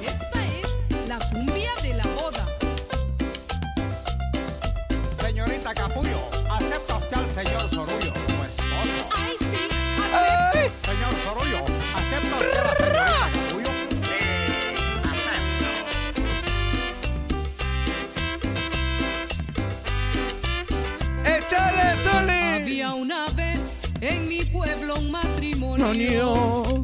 Esta es la cumbia de la boda. Señorita Capullo, ¿acepta usted al señor Sorullo como esposo? Ay, sí. Señor Sorullo, ¿acepta usted a la señorita Capullo? Eh, ¡Échale, Había una vez en mi pueblo un matrimonio.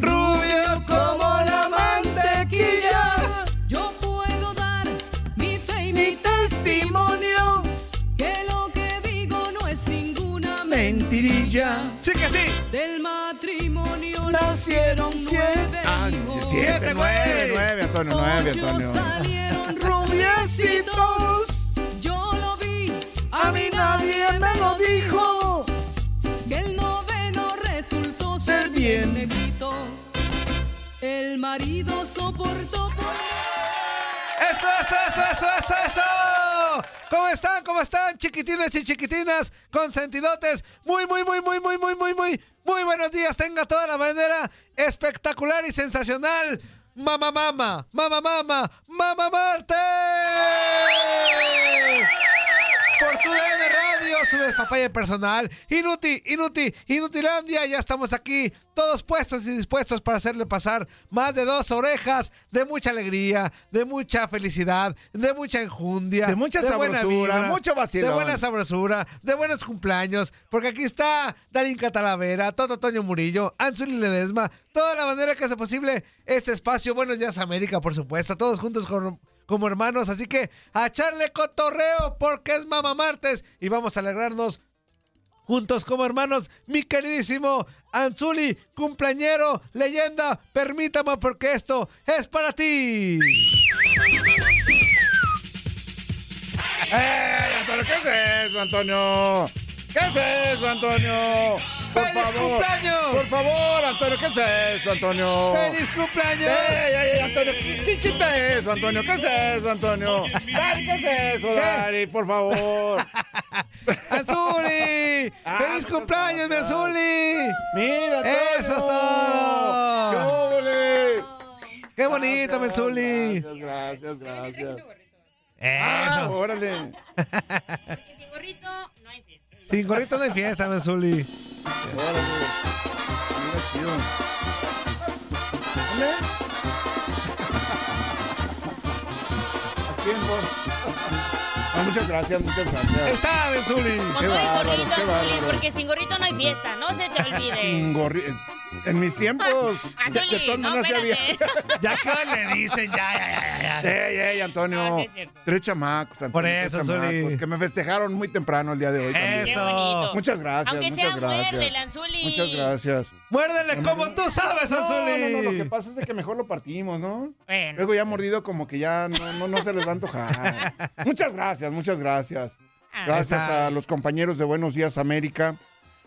Rubio como la mantequilla, Yo puedo dar mi fe mi y mi testimonio, que lo que digo no es ninguna mentirilla. Sí que sí. Del matrimonio Nacieron nacieron siete. nueve hijos. Siete, nueve, nueve, Antonio, nueve, Ocho Antonio. salieron rubiecitos. Rubiecitos, Yo lo vi. a mí nadie me lo dijo. Que el noveno resultó Ser ser bien bien. negrito. El marido soportó por Eso, eso, eso, eso, eso, eso. ¿Cómo están? ¿Cómo están? Chiquitines y chiquitinas, consentidotes. Muy, muy, muy, muy, muy, muy, muy, muy, muy buenos días. Tenga toda la manera espectacular y sensacional. Mamá, mama, mamá, mama, mamá Marte. Por tu DN Radio, su despapaya personal. Inuti, Inuti, Inutilandia, ya estamos aquí, todos puestos y dispuestos para hacerle pasar más de dos orejas de mucha alegría, de mucha felicidad, de mucha enjundia. De mucha buena sabrosura, mucho vacilón. De buena sabrosura, de buenos cumpleaños, porque aquí está Darín Catalavera, Toto Toño Murillo, Anzuli Ledesma, toda la manera que hace posible este espacio. Buenos días América, por supuesto, todos juntos con como hermanos. Así que a echarle cotorreo porque es Mamá Martes y vamos a alegrarnos juntos como hermanos. Mi queridísimo Anzuli, cumpleañero, leyenda, permítame porque esto es para ti. ¡Eh, Antonio! ¿Qué es eso, Antonio? ¿Qué es eso, Antonio? ¡Feliz cumpleaños! Por favor, Antonio, ¿qué es eso, Antonio? ¡Feliz cumpleaños! ¡Ey, ey, ey, Antonio! ¿qué- qué- quita eso, Antonio? ¿Qué es eso, Antonio? Dari, ¿qué es eso, Dari? Por favor. ¡Anzuli! Ah, ¡Feliz no, cumpleaños, mi no, no. Anzuli! ¡Mira, Antonio! ¡Eso es todo! ¡Qué óvole! ¡Qué bonito, mi Anzuli! Gracias, gracias, gracias. Ah, ¡Eso! órale. Sin gorrito no hay fiesta, mi Anzuli. Órale. Mira, chido. ¿Dónde? A tiempo. Ah, muchas gracias, muchas gracias. ¡Está, mi Anzuli! Con Qué todo y bárbaro, gorrito, qué Anzuli, bárbaro. porque sin gorrito no hay fiesta, no se te olvide. Sin gorri... En mis tiempos, de, de Anzuli, todas no, maneras sí había. espérate. Ya que le dicen, ya, ya, ya, ya, ya. Ey, ey, Antonio. No, sí es cierto. Tres chamacos, Antonio. Por tres eso, Zuli. chamacos que me festejaron muy temprano el día de hoy. también. Qué Eso. bonito. Muchas gracias, Aunque muchas sea gracias. muerde, Anzuli. Muchas gracias. Muérdele como tú sabes, No, Anzuli. no, no, lo que pasa es de que mejor lo partimos, ¿no? Bueno. Luego ya mordido como que ya no, no, no se les va a antojar. muchas gracias, muchas gracias. Ah. Gracias Esa- a los compañeros de Buenos Días América.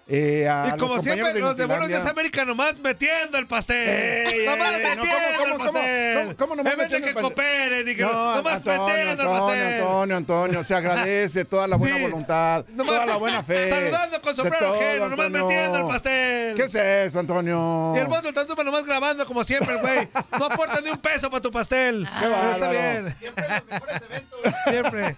eh, a Y los como siempre, compañeros los de Buenos Inutilandia. Días América nomás metiendo el pastel. Ey, ey, nomás no, metiendo ¿cómo, cómo, el pastel. cómo, cómo, cómo nomás en vez de metiendo que el pastel? cooperen y que No, nomás Antonio, Carretera, Antonio, Antonio, Marcel. Antonio, Antonio, se agradece toda la buena Sí. voluntad, Nomás- toda la buena fe. Saludando con de sombrero todo, ajeno, nomás Antonio. metiendo el pastel. ¿Qué es eso, Antonio? Y el voto del Tantuma nomás grabando como siempre, güey. No aporta ni un peso para tu pastel. Pero está bárbaro. bien. Siempre Siempre.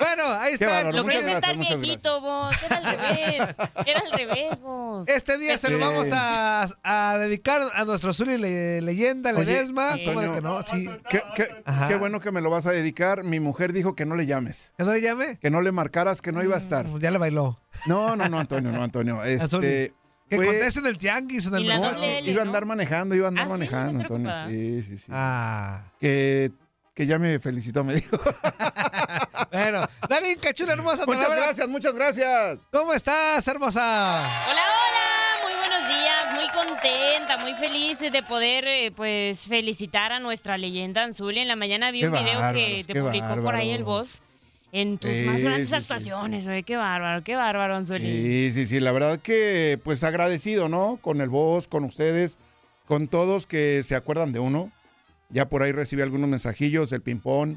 Bueno, ahí Qué está. bárbaro, Lo que muchas es gracias, estar muchas viejito, vos. Era al revés. Era al revés, vos. Este día se lo Sí. vamos a, a dedicar a nuestro Zuli le- leyenda, Oye, Ledesma. ¿Cómo de Antonio. que no? Sí. Qué, qué- Ajá. qué bueno que me lo vas a dedicar. Mi mujer dijo que no le llames, ¿Que no le llame? Mm, que no le marcaras, que no iba a estar. Ya le bailó. No, no, no, Antonio, no, Antonio. Este, Que fue- conteste en el tianguis, en el Y la No, mercado. doble L, iba a ¿no? andar manejando, iba a andar Ah, sí, manejando, no te Antonio. preocupes. Sí, sí, sí. Ah. Que, que ya me felicitó, me dijo. Bueno, Darín Cachula, hermosa. muchas Talavera. gracias, muchas gracias. ¿Cómo estás, hermosa? Hola, hola, muy buenos días, muy contenta, muy feliz de poder eh, pues felicitar a nuestra leyenda Anzuli. En la mañana vi Qué un video que bárbaros, te qué publicó por ahí bárbaro. el voz en tus Sí, más grandes sí, sí. actuaciones. Oye, qué bárbaro, qué bárbaro Anzuli. Sí, sí, sí, la verdad que pues agradecido, ¿no? Con el voz, con ustedes, con todos que se acuerdan de uno. Ya por ahí recibí algunos mensajillos, el ping-pong,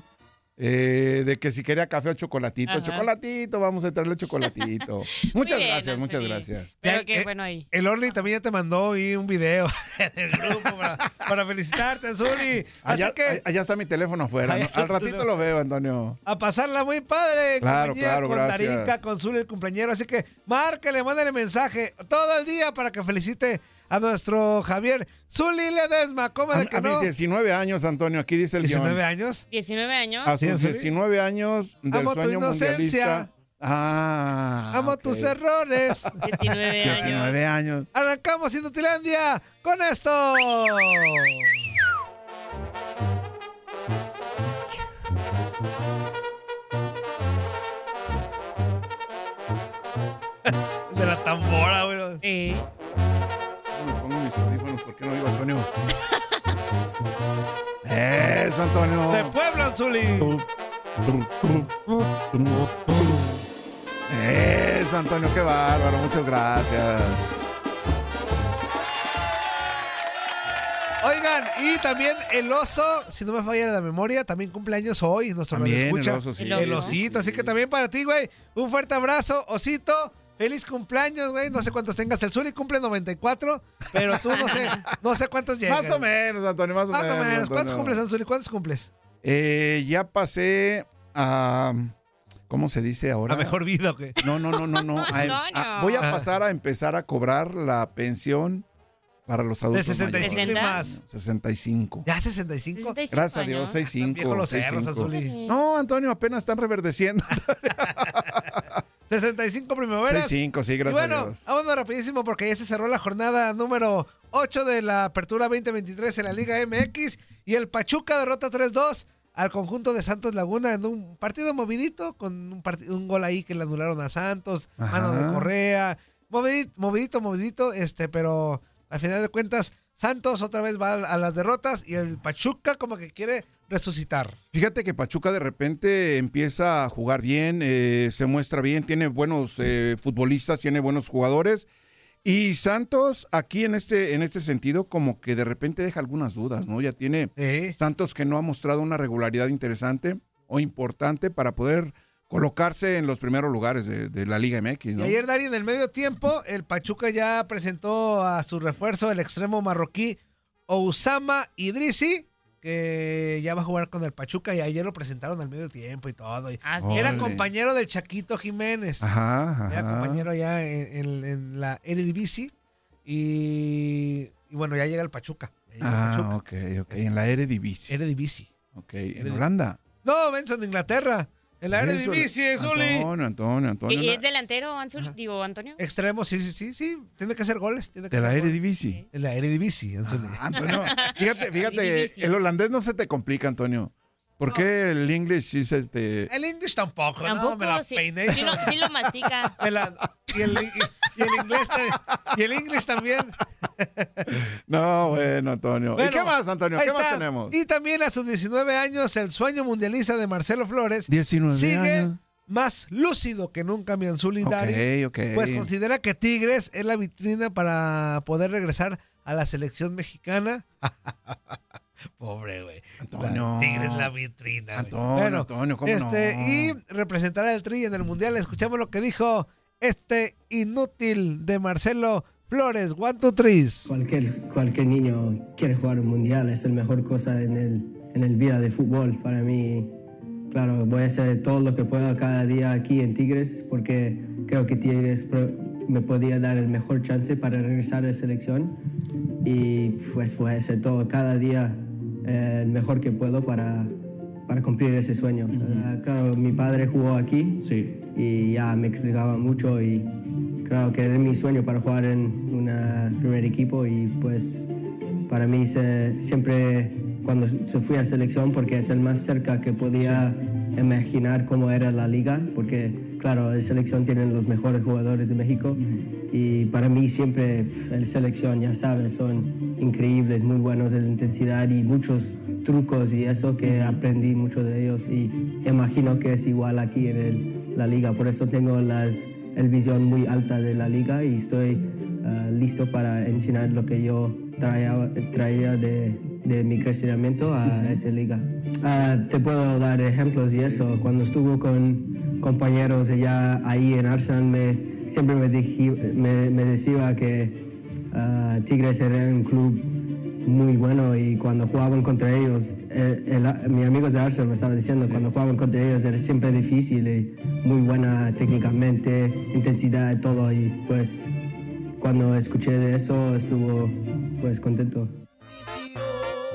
eh, de que si quería café o chocolatito. Ajá. Chocolatito, vamos a traerle chocolatito. muchas bien, gracias, muchas Anzuli. gracias. Pero Ya, qué eh, bueno ahí. El Orly también ya te mandó ahí un video en el grupo para, para felicitarte, Anzuli. Así Allá, que a- allá está mi teléfono afuera. Allá ¿no? Al ratito lo veo, Antonio. a pasarla muy padre. en Claro, compañía claro, con gracias. Tarinca, con Zuli, el compañero. Así que márquele, mándale mensaje todo el día para que felicite a nuestro Javier Zuli Ledesma. ¿Cómo A, de que a mis no? 19 años, Antonio, aquí dice el guión. 19 años. 19 años. A Sí, sus Anzuli. 19 años del Amo tu sueño inocencia. mundialista. Ah, Amo ok. tus errores. 19 años. 19 años. Arrancamos Inutilandia con esto. De la tambora, güey. Sí. Me pongo mis audífonos porque no digo Antonio. Eso, Antonio. De Puebla, Anzuli. Eso, Antonio, qué bárbaro. Muchas gracias. Oigan, y también el oso, si no me falla la memoria, también cumpleaños hoy, nuestro También, radioescucha. el oso, sí. El El ¿no? osito, así que también para ti, güey, un fuerte abrazo, osito. Feliz cumpleaños, güey. No sé cuántos tengas. El Zuli cumple 94, pero tú no sé, no sé cuántos llegas. Más o menos, Antonio, más o Más o menos. menos. ¿Cuántos Antonio. cumples, Anzuli? ¿Cuántos cumples? Eh, ya pasé a. ¿Cómo se dice ahora? vida, ¿o qué? No, no, no, no, no. A- em, Antonio. a- voy a pasar a empezar a cobrar la pensión para los adultos. De 65 mayores. y más. 65. ¿Ya 65? 65 Gracias a años. Dios, 65. Viejo los cerros, 65. Anzuli. No, Antonio, apenas están reverdeciendo. 65 primaveras. 65, sí, Y gracias a bueno, Dios. vámonos rapidísimo porque ya se cerró la jornada número 8 de la apertura 2023 en la Liga MX y el Pachuca derrota 3-2 al conjunto de Santos Laguna en un partido movidito con un, parti- un gol ahí que le anularon a Santos, mano de Ajá. Correa, movidi- movidito, movidito, este, pero al final de cuentas Santos otra vez va a a las derrotas y el Pachuca como que quiere resucitar. Fíjate que Pachuca de repente empieza a jugar bien, eh, se muestra bien, tiene buenos eh, futbolistas, tiene buenos jugadores. Y Santos, aquí en este, en este sentido, como que de repente deja algunas dudas, ¿no? Ya tiene Sí. Santos que no ha mostrado una regularidad interesante o importante para poder colocarse en los primeros lugares de, de la Liga MX, Y ¿no? ayer, Dari, en el medio tiempo, el Pachuca ya presentó a su refuerzo, el extremo marroquí Ousama Idrisi, que ya va a jugar con el Pachuca y ayer lo presentaron al medio tiempo y todo. Y Ah, sí. Oh. era Órale. compañero del Chaquito Jiménez. Ajá, ajá. Era compañero allá en, en- en la Eredivisie y, y bueno, ya llega el Pachuca. Ya llega el Ah, Pachuca. ok, ok. En la Eredivisie. Eredivisie. Ok, en Holanda. No, Benson de Inglaterra. En la Eso, Eredivisie, Zuli. Antonio, Antonio, Antonio. ¿Y la- es delantero, Anzuli? Digo, Antonio. Extremo, sí, sí, sí, sí. Tiene que hacer goles. Tiene que De la hacer goles. Eredivisie. En la Eredivisie, Anzuli. Ah, Antonio, fíjate, fíjate, Eredivisie. el holandés no se te complica, Antonio. ¿Por qué el inglés sí se te... El English tampoco, Tampoco, no, me la sí, peiné. sí lo, sí lo mastica. Me la- y, el, y- y el inglés ta- y el inglés también. No, bueno, Antonio. Bueno, ¿Y qué más, Antonio? ahí ¿Qué más está. tenemos? Y también a sus 19 años, el sueño mundialista de Marcelo Flores 19 sigue años. más lúcido que nunca, mi Anzuli Dari. Ok, ok. Pues considera que Tigres es la vitrina para poder regresar a la selección mexicana. Pobre, güey. Antonio. Tigres la vitrina. güey. Antonio, Antonio, ¿cómo este, no? Y representará el Tri en el Mundial. Escuchamos lo que dijo este inútil de Marcelo Flores. One, two, threes. Cualquier, cualquier niño quiere jugar un mundial, es la mejor cosa en el, en el vida de fútbol para mí. Claro, voy a hacer todo lo que pueda cada día aquí en Tigres porque creo que Tigres pro- me podía dar el mejor chance para regresar a la selección y pues voy a hacer todo cada día eh, el mejor que puedo para, para cumplir ese sueño. Ah, claro, mi padre jugó aquí y ya me explicaba mucho y claro que era mi sueño para jugar en un primer equipo y pues para mí se- siempre cuando se fui a selección porque es el más cerca que podía imaginar cómo era la liga porque claro la selección tiene los mejores jugadores de México y para mí siempre el selección ya sabes son increíbles muy buenos en intensidad y muchos trucos y eso que aprendí mucho de ellos y imagino que es igual aquí en el- la liga por eso tengo las el visión muy alta de la liga y estoy ah, listo para enseñar lo que yo traía, traía de, de mi crecimiento a esa liga. Ah, te puedo dar ejemplos y eso. Cuando estuve con compañeros allá ahí en Arsenal, me, siempre me, dije- me, me decía que ah, Tigres era un club muy bueno y cuando jugaban contra ellos, el- el- mis amigos de Arsenal me estaban diciendo, cuando jugaban contra ellos era siempre difícil, y muy buena técnicamente, intensidad, todo y pues cuando escuché de eso estuvo pues contento.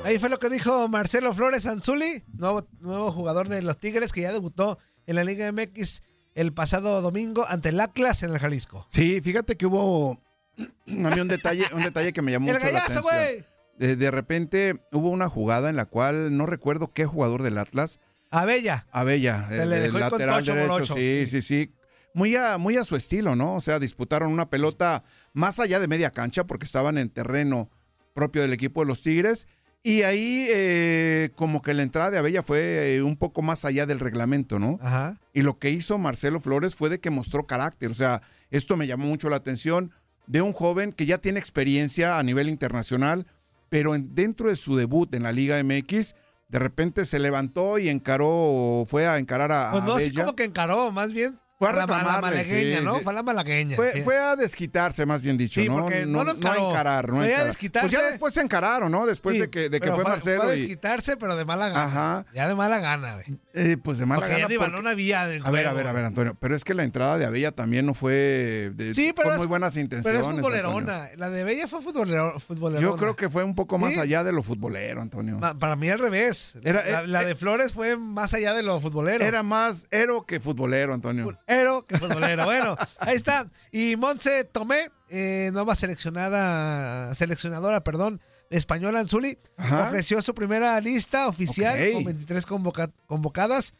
Ahí fue lo que dijo Marcelo Flores Anzuli, nuevo, nuevo jugador de los Tigres que ya debutó en la Liga MX el pasado domingo ante el Atlas en el Jalisco. Sí, fíjate que hubo a mí un detalle, un detalle que me llamó ¡El mucho la gallazo, atención. güey! De, de repente hubo una jugada en la cual no recuerdo qué jugador del Atlas, Abella. Abella, Se el, le el dejó ir con lateral Tocho derecho, Morocho. sí, sí, sí. Muy a, muy a su estilo, ¿no? O sea, disputaron una pelota más allá de media cancha porque estaban en terreno propio del equipo de los Tigres. Y ahí eh, como que la entrada de Abella fue eh, un poco más allá del reglamento, ¿no? Ajá. Y lo que hizo Marcelo Flores fue de que mostró carácter. O sea, esto me llamó mucho la atención de un joven que ya tiene experiencia a nivel internacional, pero en- dentro de su debut en la Liga MX, de repente se levantó y encaró, fue a encarar a, a Pues no, sí Abella. como que encaró, más bien. Fue a la, ma- la reclamarle, malagueña, sí, ¿no? sí. Fue la malagueña. Fue, sí. fue a desquitarse, más bien dicho, Sí, ¿no? porque no lo a encaró. encarar, no Fue a encarar. desquitarse. Pues ya después se encararon, ¿no? Después Sí, de que, de que pero fue, a- Marcelo. Fue a y- desquitarse, pero de mala gana. Ajá. Ya de mala gana, güey. eh, pues de mala Porque ya gana, ni porque- balón había. del A ver, juego. a ver, a ver, Antonio. Pero es que la entrada de Abella también no fue de, Sí, pero con es- muy buenas Pero intenciones. es futbolerona. Antonio. La de Bella fue futbolero- futbolerona. Yo creo que fue un poco más ¿Sí? allá de lo futbolero, Antonio. Ma- Para mí al revés. Era- la, eh, la eh, de Flores fue más allá de lo futbolero. Era más héroe que futbolero, Antonio. Ero que futbolero. Bueno, ahí está. Y Montse Tomé, eh, nueva seleccionada, seleccionadora, perdón, española Anzuli, Ajá. ofreció su primera lista oficial Ok. con 23 convoca- convocadas,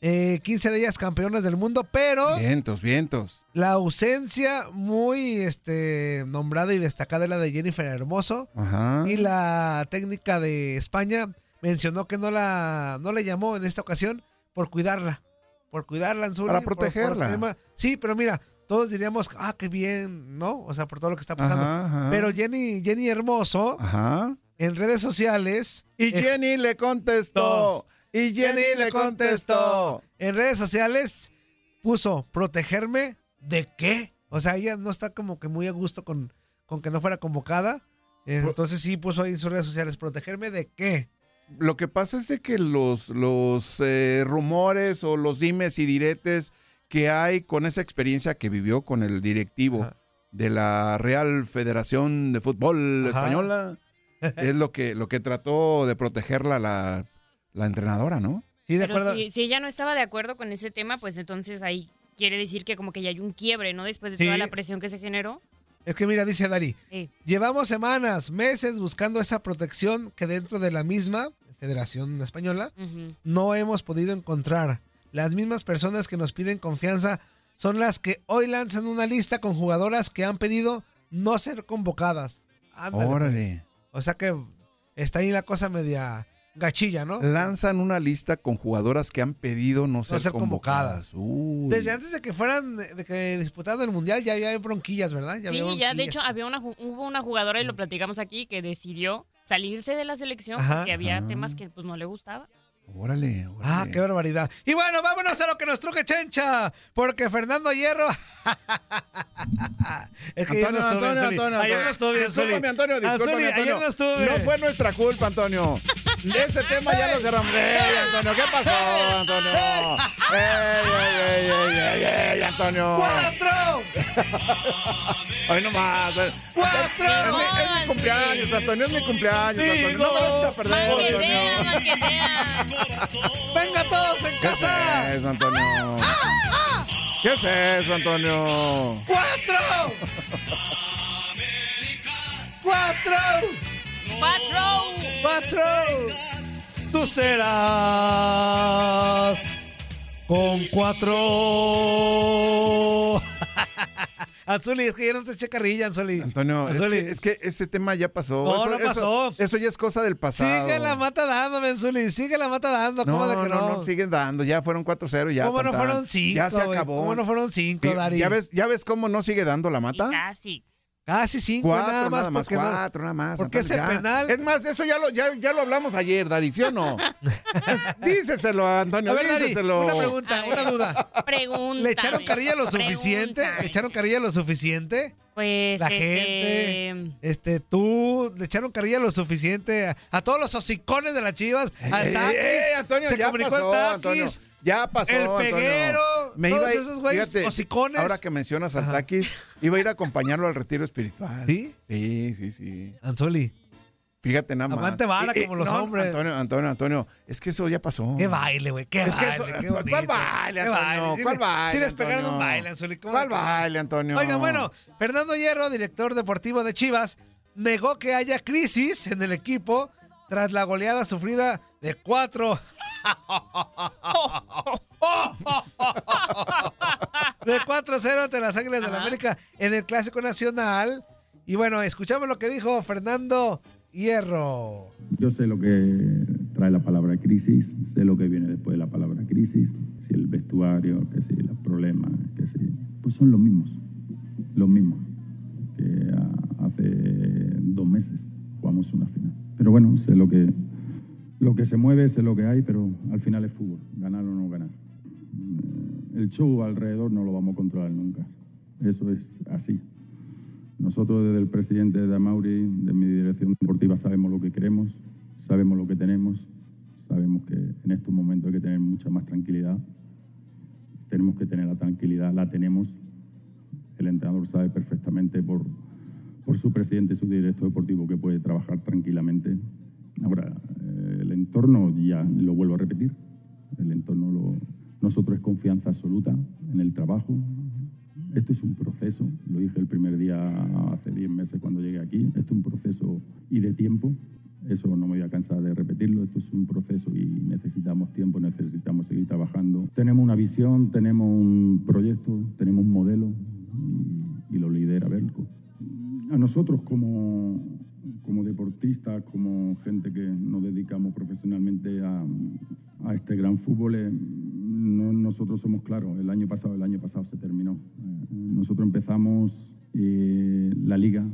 eh, 15 de ellas campeonas del mundo, pero Vientos, vientos. la ausencia muy este, nombrada y destacada era la de Jennifer Hermoso. Ajá. Y la técnica de España mencionó que no la no le llamó en esta ocasión por cuidarla. Por cuidarla, Anzuli, Para por- por protegerla. tema- Sí, pero mira, todos diríamos, ah, qué bien, ¿no? O sea, por todo lo que está pasando. Ajá, ajá. Pero Jenny, Jenny Hermoso, Ajá. en redes sociales. Y eh, Jenny le contestó. Y Jenny le contestó. En redes sociales puso, ¿protegerme de qué? O sea, ella no está como que muy a gusto con, con que no fuera convocada. Eh, Entonces sí puso ahí en sus redes sociales, ¿protegerme de qué? Lo que pasa es de que los, los eh, rumores o los dimes y diretes que hay con esa experiencia que vivió con el directivo Ajá. de la Real Federación de Fútbol Ajá. Española es lo que, lo que trató de protegerla la, la entrenadora, ¿no? Sí, de Pero acuerdo. si, si ella no estaba de acuerdo con ese tema, pues entonces ahí quiere decir que como que ya hay un quiebre, ¿no? Después de Sí. toda la presión que se generó. Es que mira, dice Dari, Eh, llevamos semanas, meses buscando esa protección que dentro de la misma Federación Española ujú. no hemos podido encontrar. Las mismas personas que nos piden confianza son las que hoy lanzan una lista con jugadoras que han pedido no ser convocadas. Ándale, pues. Órale. O sea que está ahí la cosa media gachilla, ¿no? Lanzan una lista con jugadoras que han pedido no ser, ser convocadas. convocadas. Uy. Desde antes de que fueran, de que disputaran el mundial, ya había bronquillas, ¿verdad? Sí, había ya de bronquillas. hecho había una, ju- hubo una jugadora y lo platicamos aquí que decidió salirse de la selección Ajá. porque había Ah. temas que pues no le gustaban. Órale, órale. Ah, qué barbaridad. Y bueno, vámonos a lo que nos truque Chencha, porque Fernando Hierro. es que ayer no Antonio, estuvo bien, Antonio, Antonio, Discúlpame, Antonio, Zuli. Ayer no estuvo bien, Zuli. Ah, discúlpame, Zuli, Antonio. Ayer no estuve. No fue nuestra culpa, Antonio. Ese tema ya lo cerramos. ¡Ey, Antonio! ¿Qué pasó, Antonio? ¡Ey, ey, ey, ey, ey, ey, Antonio! ¡Cuatro! ¡Hoy nomás! ¡Cuatro! Es mi, es mi cumpleaños, Antonio, es mi cumpleaños, Antonio. No me vayas a perder, Antonio. ¡Venga todos en ¿Qué es casa! eso, Antonio? ¿Qué es eso, Antonio? ¡Cuatro! ¡Cuatro! ¡Cuatro! ¡Cuatro! Tú serás con cuatro. Anzuli, es que ya no te eché carrilla, Anzuli. Antonio, es que, es que ese tema ya pasó. No, no pasó. Eso, ya es cosa del pasado. Sigue la mata dando, Benzuli. Sigue la mata dando. No, ¿Cómo de que no? no, no, siguen dando. Ya fueron 4-0, ya. ¿Cómo no tan, tan. fueron cinco, Ya se güey? acabó. ¿Cómo no fueron cinco, Ya- Dari? ¿Ya ves, ¿Ya ves cómo no sigue dando la mata? Casi. Casi cinco, Cuatro, nada más. porque no- cuatro, nada más. porque Antonio, ese ya. penal- Es más, eso ya lo, ya, ya lo hablamos ayer, Dari, ¿sí o no? díseselo, Antonio, A ver, Dari, díseselo. una pregunta, una duda. Pregunta. ¿Le echaron carrilla lo suficiente? ¿Le echaron carrilla lo suficiente? Pues La este, gente, este, tú, le echaron carrilla lo suficiente a, a todos los hocicones de las chivas, al Ey, Takis, ey, Eh, Antonio, se ya comunicó pasó, al Antonio. Takis, Ya pasó, el Antonio. Peguero, todos a ir- esos güeyes fíjate, hocicones. Ahora que mencionas al Takis, iba a ir a acompañarlo al retiro espiritual. ¿Sí? Sí, sí, sí. Anzoli, Fíjate nada más. Amante vara como los hombres. Antonio, Antonio, Antonio, es que eso ya pasó. qué baile, güey, qué Es que baile, eso- qué ¿cuál bonito. baile, qué Antonio? baile, sí ¿Cuál le- baile, Sí les pegaron un Antonio? baile, Anzoli. ¿cómo ¿Cuál que no? baile, Antonio? Oigan, bueno, Fernando Hierro, director deportivo de Chivas, negó que haya crisis en el equipo tras la goleada sufrida de cuatro. de 4-0 ante las Águilas del América en el Clásico Nacional. Y bueno, escuchamos lo que dijo Fernando Hierro. Yo sé lo que trae la palabra crisis, sé lo que viene después de la palabra crisis, si el vestuario, que si los problemas, que si... Pues son los mismos, los mismos que a- hace dos meses jugamos una final. Pero bueno, sé lo que, lo que se mueve, sé lo que hay, pero al final es fútbol, ganar o no ganar. Eh, El show alrededor no lo vamos a controlar nunca, eso es así. Nosotros desde el presidente de Amauri, de mi dirección deportiva, sabemos lo que queremos, sabemos lo que tenemos, sabemos que en estos momentos hay que tener mucha más tranquilidad. Tenemos que tener la tranquilidad, la tenemos. El entrenador sabe perfectamente por, por su presidente y su director deportivo que puede trabajar tranquilamente. Ahora, eh, el entorno, ya lo vuelvo a repetir, el entorno, lo, nosotros es confianza absoluta en el trabajo, esto es un proceso, lo dije el primer día hace 10 meses cuando llegué aquí, esto es un proceso y de tiempo, eso no me voy a cansar de repetirlo, esto es un proceso y necesitamos tiempo, necesitamos seguir trabajando. Tenemos una visión, tenemos un proyecto, tenemos un modelo y, y lo lidera Belco. A nosotros como, como deportistas, como gente que nos dedicamos profesionalmente a, a este gran fútbol, eh, no- nosotros somos claros, el año pasado, el año pasado se terminó. Eh, Nosotros empezamos eh, la liga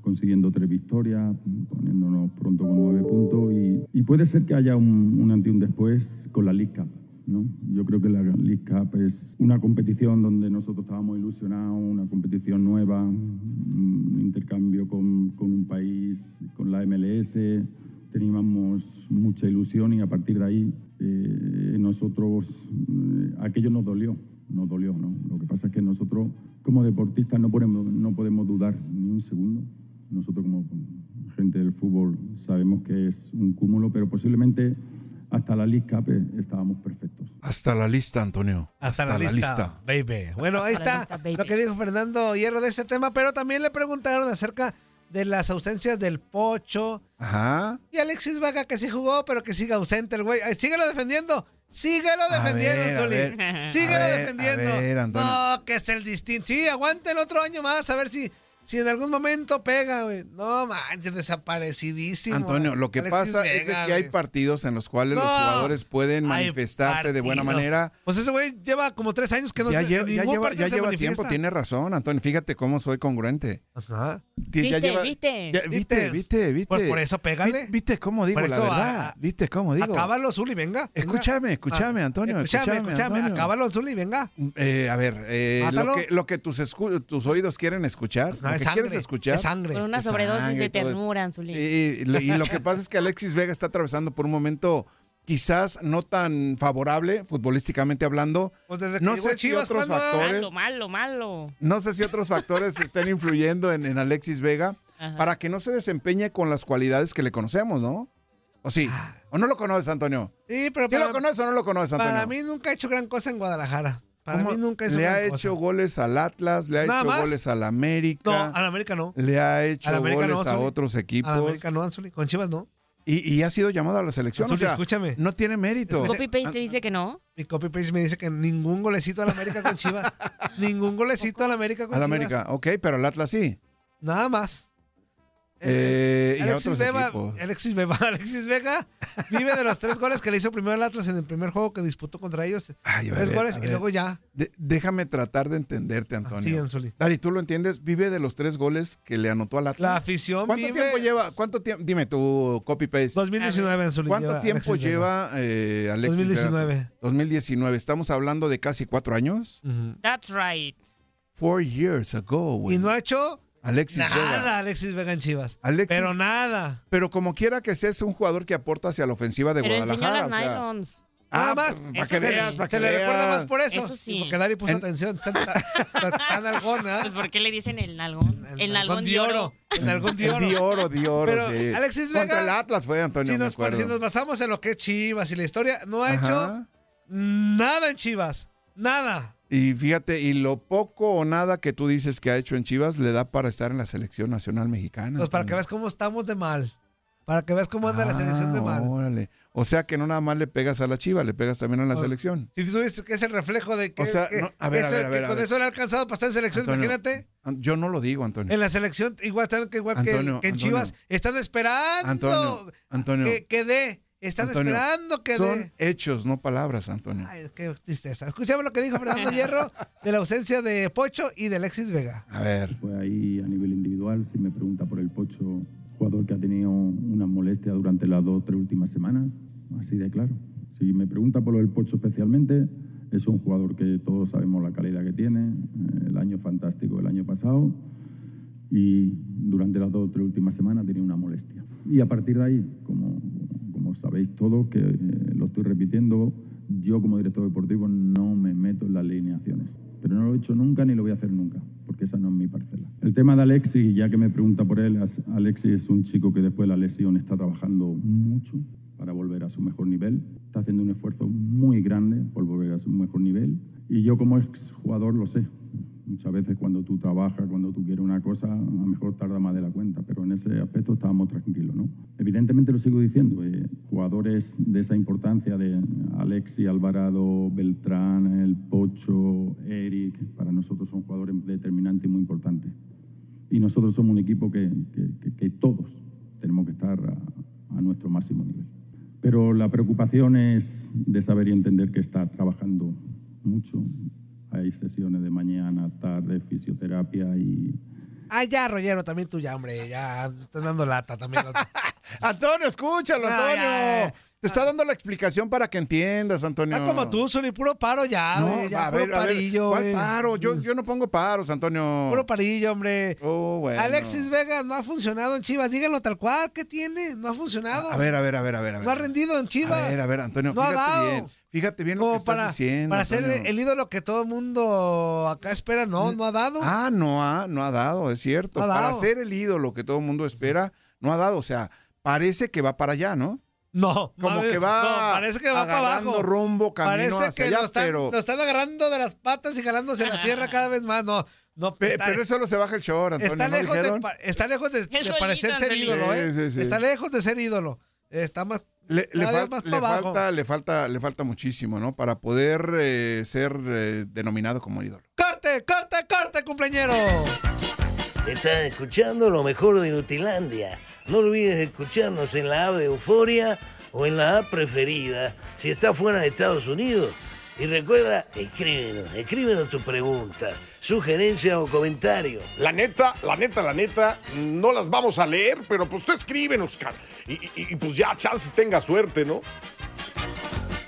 consiguiendo tres victorias, poniéndonos pronto con nueve puntos y, y puede ser que haya un, un antes y un después con la League Cup. ¿no? Yo creo que la League Cup es una competición donde nosotros estábamos ilusionados, una competición nueva, un intercambio con, con un país, con la MLS, teníamos mucha ilusión y a partir de ahí eh, nosotros, eh, aquello nos dolió, nos dolió, ¿no? Lo que pasa es que nosotros como deportistas no podemos, no podemos dudar ni un segundo. Nosotros como gente del fútbol sabemos que es un cúmulo, pero posiblemente hasta la League Cup eh, estábamos perfectos. Hasta la lista, Antonio. Hasta, la, lista, baby. Bueno, ahí Hasta está la lista, baby. lo que dijo Fernando Hierro de este tema, pero también le preguntaron acerca de las ausencias del Pocho, Ajá. Y Alexis Vaga que sí jugó, pero que siga ausente el güey. Ay, Síguelo defendiendo. Síguelo A defendiendo, ver, a Anzuli. ver, Síguelo a ver, defendiendo. a ver, Antonio. no, que es el distinto. Sí, aguanten otro año más a ver si, Si en algún momento pega, güey. No manches, desaparecidísimo. Antonio, lo que Alexis pasa es de Vega, que hay güey. partidos en los cuales No, los jugadores pueden hay manifestarse de buena partidos. manera. Pues ese güey lleva como tres años que no ya se lleva, en ya ningún lleva- partido ya se lleva manifiesta. tiempo, tiene razón, Antonio. Fíjate cómo soy congruente. Ajá. Ti- ya Viste, lleva- viste. ya- viste, viste, viste. Pues por eso pégale. Vi- Viste cómo digo Por la eso, verdad. a- viste cómo digo. Acábalo, Zuli, venga. venga. Escúchame, escúchame, Ah, Antonio, Escúchame, escúchame, escúchame. Antonio. Acábalo, Zuli, venga. Eh, a ver, eh, lo Mátalo. que, lo que tus, escu- tus oídos quieren escuchar, No, lo es que sangre, quieres escuchar. es Pues, sangre. Por una es sobredosis sangre y de todo eso. ternura, Anzulín. Y, y lo- y lo que pasa es que Alexis Vega está atravesando por un momento quizás no tan favorable futbolísticamente hablando. Pues desde que No llegó sé si Chivas, otros ¿cuándo? factores, Malo, malo, malo. no sé si otros factores estén influyendo en, en Alexis Vega Ajá. para que no se desempeñe con las cualidades que le conocemos, ¿no? ¿O sí? Ah. ¿O no lo conoces, Antonio? Sí, pero ¿Sí para, lo conoces o no lo conoces, Antonio? para mí nunca ha hecho gran cosa en Guadalajara. Para ¿Cómo? mí nunca hizo le gran ha cosa. hecho goles al Atlas, le ha ¿Nada hecho más? goles al No, América, al América no. le ha hecho al América goles no, a Zuli. otros equipos Al América no, Anzuli. Con Chivas no. y, y ha sido llamado a la selección. O Zuli, sea, escúchame. no tiene mérito. Copy paste te dice que no. Mi copy paste me dice que ningún golecito al América con Chivas. ningún golecito al América con Al Chivas. América, ok, pero al Atlas sí. Nada más. Eh, y a Alexis otros Vega, equipos. Alexis Vega, Alexis Vega vive de los tres goles que le hizo primero el Atlas en el primer juego que disputó contra ellos. Ay, a tres ver, goles a y ver. luego ya. De- déjame tratar de entenderte, Sí, Antonio. Anzuli. Dari, ¿tú lo entiendes? Vive de los tres goles que le anotó al La Atlas. afición ¿Cuánto vive- tiempo lleva? ¿Cuánto tiempo? Dime tu copy-paste. 2019, Anzuli. ¿Cuánto lleva tiempo Alexis Vega. lleva eh, Alexis 2019. Vega? 2019. Estamos hablando de casi cuatro años. Ujú. That's right. Four years ago, güey. Y no ha hecho Alexis nada Vega. Alexis Vega en Chivas. Alexis- Pero nada. Pero como quiera que sea, es un jugador que aporta hacia la ofensiva de Pero enseñó Guadalajara. las o sea. nylons. Nada Ah, más. pa- Eso Para que sí. veas, para que Se le recuerda veas. más por eso. Eso sí. Y Porque Dari puso En- atención. Tan, tan, tan- tan ¿ah? algona. Pues ¿por qué le dicen el nalgón? El nalgón de oro. El nalgón de El oro. di oro, di oro. Pero sí. Alexis Contra Vega- el Atlas fue Antonio. Si me nos, acuerdo. si nos basamos en lo que es Chivas y la historia, no ha Ajá. hecho nada en Chivas. Nada. Y fíjate, y lo poco o nada que tú dices que ha hecho en Chivas le da para estar en la selección nacional mexicana. Pues para que Antonio. veas cómo estamos de mal. Para que veas cómo anda la selección de Ah, mal. órale. O sea que no nada más le pegas a la Chiva, le pegas también a la O- selección. Si tú dices que es el reflejo de que, O sea, que- no, a que ver, a eso- ver, a que ver, a con ver. eso le ha alcanzado para estar en selección, Antonio, imagínate. An- Yo no lo digo, Antonio. En la selección, igual tan- que igual que- Antonio, que en Antonio. Chivas, están esperando Antonio, Antonio. que, que dé. Están Antonio, esperando que Son dé. hechos, no palabras, Antonio. Ay, qué tristeza. Escuchemos lo que dijo Fernando Hierro de la ausencia de Pocho y de Alexis Vega. A ver. Pues ahí a nivel individual, si me pregunta por el Pocho, jugador que ha tenido una molestia durante las dos o tres últimas semanas, así de claro. Si me pregunta por el Pocho especialmente, es un jugador que todos sabemos la calidad que tiene, eh, el año fantástico el año pasado, y durante las dos o tres últimas semanas tenía una molestia. Y a partir de ahí, como, como sabéis todos, que eh, lo estoy repitiendo, yo como director deportivo no me meto en las alineaciones. Pero no lo he hecho nunca ni lo voy a hacer nunca, porque esa no es mi parcela. El tema de Alexis, ya que me pregunta por él, as- Alexis es un chico que después de la lesión está trabajando mucho para volver a su mejor nivel. Está haciendo un esfuerzo muy grande por volver a su mejor nivel. Y yo como exjugador lo sé. Muchas veces cuando tú trabajas, cuando tú quieres una cosa, a lo mejor tarda más de la cuenta, pero en ese aspecto estábamos tranquilos, ¿no? Evidentemente lo sigo diciendo, eh, jugadores de esa importancia de Alexi, Alvarado, Beltrán, El Pocho, Eric, para nosotros son jugadores determinantes y muy importantes. Y nosotros somos un equipo que, que- que- que todos tenemos que estar a- a nuestro máximo nivel. Pero la preocupación es de saber y entender que está trabajando mucho. Hay sesiones de mañana, tarde, fisioterapia y... Ah, ya, Rollero, también tú ya, hombre. Ya, están dando lata también. los- Antonio, escúchalo, No, Antonio. ya, ya. Te está dando la explicación para que entiendas, Antonio. Ah, como tú, Zuli, puro paro ya, No, güey, eh, ya, a ver, puro a ver, parillo. ¿Cuál güey. paro? Yo, yo no pongo paros, Antonio. Puro parillo, hombre. Oh, bueno. Alexis Vega no ha funcionado en Chivas. Díganlo tal cual. ¿Qué tiene? No ha funcionado. A ver, a ver, a ver, a ver. a ver. No ha rendido en Chivas. A ver, a ver, Antonio, No ha fíjate dado. bien. Fíjate bien lo Como que estás para, diciendo. para ser Antonio. el, el ídolo que todo el mundo acá espera, no, no ha dado. Ah, no ha, no ha dado, es cierto. No ha Para dado. ser el ídolo que todo el mundo espera, no ha dado. O sea, parece que va para allá, ¿no? no, Como mames, que va, no, parece que va para agarrando abajo. rumbo, camino Parece hacia que allá, lo, están, pero, lo están agarrando de las patas y jalándose la tierra cada vez más. No, no, pe- está- pero eso lo se baja el short, Antonio, está, ¿no lejos de, dijeron? pa- está lejos de, de solito, parecer ser Anselmín. ídolo, ¿eh? Sí, sí, sí. Está lejos de ser ídolo. Está más. Le, le cada vez fal- más le para abajo. falta, le falta, le falta muchísimo, ¿no? Para poder eh, ser eh, denominado como ídolo. ¡Corte, corte, corte, cumpleañero! Estás escuchando lo mejor de Nutilandia. No olvides escucharnos en la app de Euforia o en la app preferida si estás fuera de Estados Unidos. Y recuerda, escríbenos, escríbenos tu pregunta, sugerencia o comentario. La neta, la neta, la neta, no las vamos a leer, pero pues tú escríbenos, cara. Y, y- y, pues ya, chance tenga suerte, ¿no?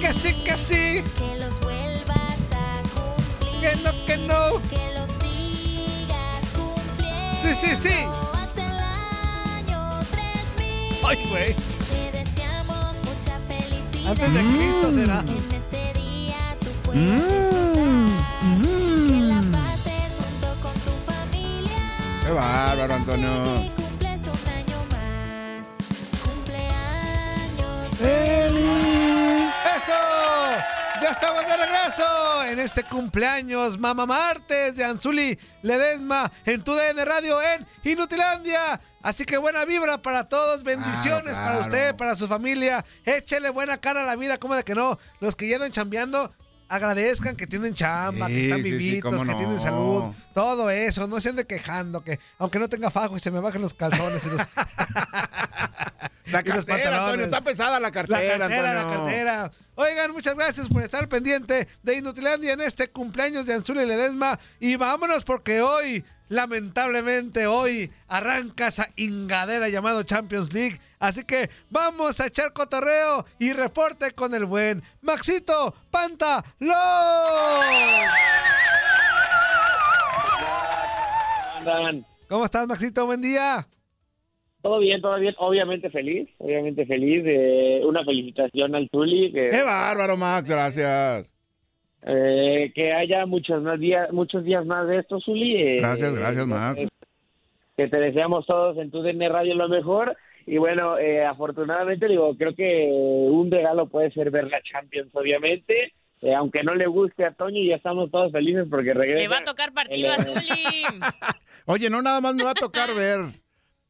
Que sí, que sí. Que los vuelvas a cumplir. Que no, que no. Que los sigas cumpliendo. Sí, sí, sí. Hasta el año 3000. Ay, güey. Te deseamos mucha felicidad. Antes de Cristo será. En este día tú Mm. pases junto con tu familia. Qué bárbaro, Antonio. Cumples un año más. Cumpleaños. ¡Eso! ¡Ya estamos de regreso! En este cumpleaños, Mamá Martes de Anzuli Ledesma en tu DN Radio en Inutilandia. Así que buena vibra para todos, bendiciones para usted, para su familia. Échele buena cara a la vida, como de que no. Los que ya andan chambeando, agradezcan que tienen chamba, que Sí, están sí, sí, vivitos, cómo que no. tienen salud, todo eso. No se anden quejando, que aunque no tenga fajo y se me bajen los calzones y los, La y los cartera, Antonio, está pesada la cartera, La cartera, la Antonio. cartera. Oigan, muchas gracias por estar pendiente de Inutilandia en este cumpleaños de Anzuli Ledesma. Y vámonos porque hoy, lamentablemente hoy, arranca esa ingadera llamado Champions League. Así que vamos a echar cotorreo y reporte con el buen Maxito Panta ¿Cómo estás, Maxito? Buen día. Todo bien, todo bien. Obviamente feliz, obviamente feliz. eh, una felicitación al Tuli. Que, Qué bárbaro, Max, gracias. eh, que haya muchos más días, muchos días más de esto, Zuli. eh, Gracias, gracias, Max. Que te deseamos todos en tu DN Radio lo mejor. Y bueno, eh, afortunadamente, digo, creo que un regalo puede ser ver la Champions, obviamente. Eh, aunque no le guste a Toño, ya estamos todos felices porque regresa. Le va a tocar partido a El- Zuli. Oye, no nada más me va a tocar ver.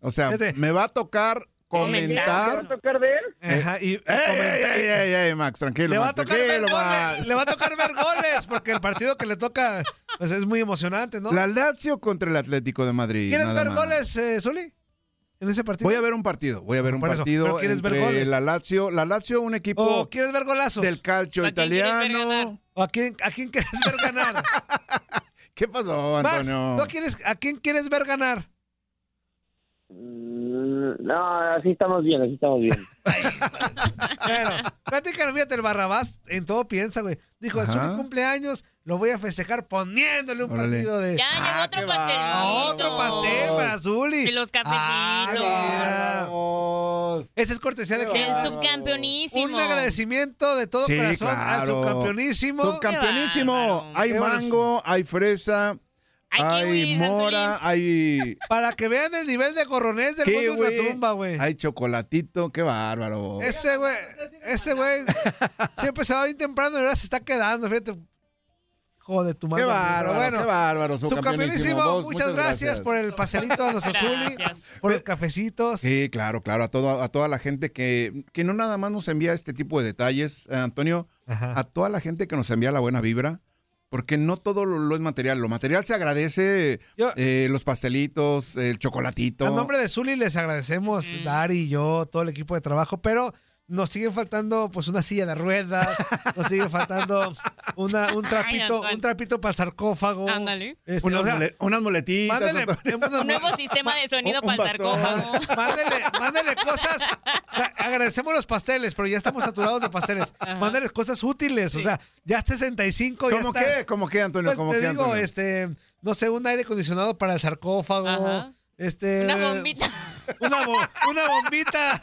O sea, me va a tocar comentar. Eh, ¿Te va a tocar ver? Ajá, y ey, comentar- ey, ey, ey, Max, tranquilo, Le va, a Max, tocar ¿eh? ver tranquilo, goles, Max. le va a tocar ver goles, porque el partido que le toca pues, es muy emocionante, ¿no? La Lazio contra el Atlético de Madrid. ¿Quieres nada ver más. goles, eh, Zuli? En ese partido. Voy a ver un partido, voy a ver un Por eso, pero partido ¿quieres ver entre goles? la Lazio, la Lazio un equipo ¿O quieres ver golazos? del calcio ¿A quién quieres ver italiano. ¿O a quién, a quién quieres ver ganar? ¿Qué pasó, Max, Antonio? ¿tú a, quieres- a quién quieres ver ganar? Mm, No, así estamos bien, así estamos bien. Bueno, platícanos, fíjate, el Barrabás en todo piensa, güey. Dijo, es Ajá. su cumpleaños, lo voy a festejar poniéndole un Órale. Ah, partido de... Ya llegó otro pastelito. Otro pastel para Zuli. Y los Ah, cafecitos. mira. Ese es cortesía de quién? El subcampeonísimo. Un agradecimiento de todo Sí, corazón al claro. subcampeonísimo. Subcampeonísimo. Hay Qué bárbaro. mango, hay fresa, hay kiwis, mora, hay Para que vean el nivel de gorronés del kiwi, mundo de la tumba, güey. hay chocolatito, qué bárbaro. Ese güey, ese güey siempre se va bien temprano y ahora se está quedando, fíjate. Joder, tu madre. Qué bárbaro, qué bárbaro, subcampeonísimo. subcampeonísimo. Vos, muchas muchas gracias, gracias. por el paselito a los Zuli, por los cafecitos. Sí, claro, claro, a, todo, a toda la gente que, que no nada más nos envía este tipo de detalles, eh, Antonio, a toda la gente que nos envía la buena vibra, porque no todo lo, lo es material, lo material se agradece, eh, los pastelitos, el chocolatito. A nombre de Zuli les agradecemos, Dari y yo, todo el equipo de trabajo, pero nos siguen faltando pues una silla de ruedas, nos sigue faltando una, un trapito, un trapito para el sarcófago. Ándale. Este, unas, o sea, mole- unas moletitas. mándale- Antonio. unas- Un nuevo sistema de sonido un para el bastón. sarcófago. Mándele, mándele cosas. o sea, agradecemos los pasteles, pero ya estamos saturados de pasteles. Mándele cosas útiles. O sea, ya 65. ¿Cómo ya está. qué? ¿Cómo qué, Antonio? Pues ¿Cómo te qué, digo, Antonio? este, no sé, un aire acondicionado para el sarcófago. Ajá. Este, Una bombita. Una, bo- una bombita.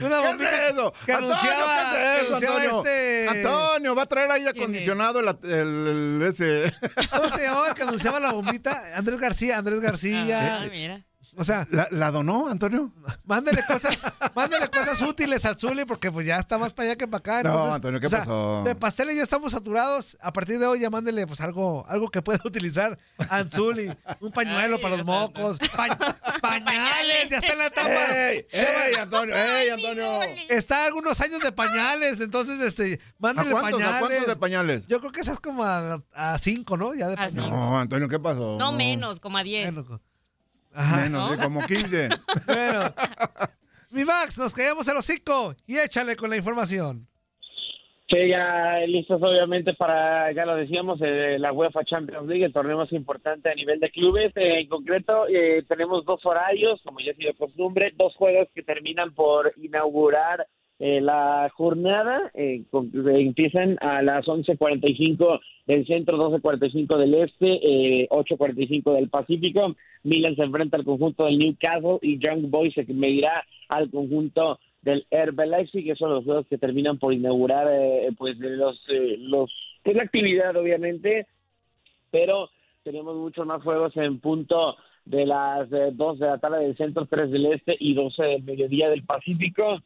Una ¿Qué bombita es eso? que Antonio, anunciaba- ¿qué es eso, anunciaba Antonio? Ah, este- Antonio, va a traer aire acondicionado el, el- el- ese. ¿Cómo se llamaba el que anunciaba la bombita? Andrés García, Andrés García. Ah, mira. O sea, Eh, ¿La, la donó, Antonio? mándale cosas, mándale cosas útiles al Zuli porque pues ya está más para allá que para acá. No, entonces, Antonio, ¿qué o sea, pasó? De pasteles ya estamos saturados. A partir de hoy ya mándele pues algo, algo que pueda utilizar al Zuli. Un pañuelo para los mocos, pa- pañales, ya está en la etapa. ¡Ey! ¡Ey, Antonio! ¡Ey, Antonio! Está a algunos años de pañales, entonces este, mándele ¿A cuántos, pañales. ¿A cuántos de pañales? Yo creo que esas como a, a cinco, ¿no? Ya de Así. pañales. No, Antonio, ¿qué pasó? No menos, como a 10. Bueno, co- Menos, de como 15. Bueno. Mi Max, nos caemos el hocico y échale con la información. Sí, ya listos obviamente para, ya lo decíamos, eh, la UEFA Champions League, el torneo más importante a nivel de clubes. Eh, en concreto, eh, tenemos dos horarios, como ya ha sido costumbre, dos juegos que terminan por inaugurar eh, la jornada. Eh, con- eh, empiezan a las 11.45 del centro, 12.45 del este, eh, 8.45 del Pacífico. Milan se enfrenta al conjunto del Newcastle y Young Boys se medirá al conjunto del Herbe Leipzig, que son los juegos que terminan por inaugurar eh, pues de los eh, los pues, la actividad obviamente, pero tenemos muchos más juegos en punto de las eh, 2 de la tarde del centro, 3 del este y 12 del mediodía del Pacífico.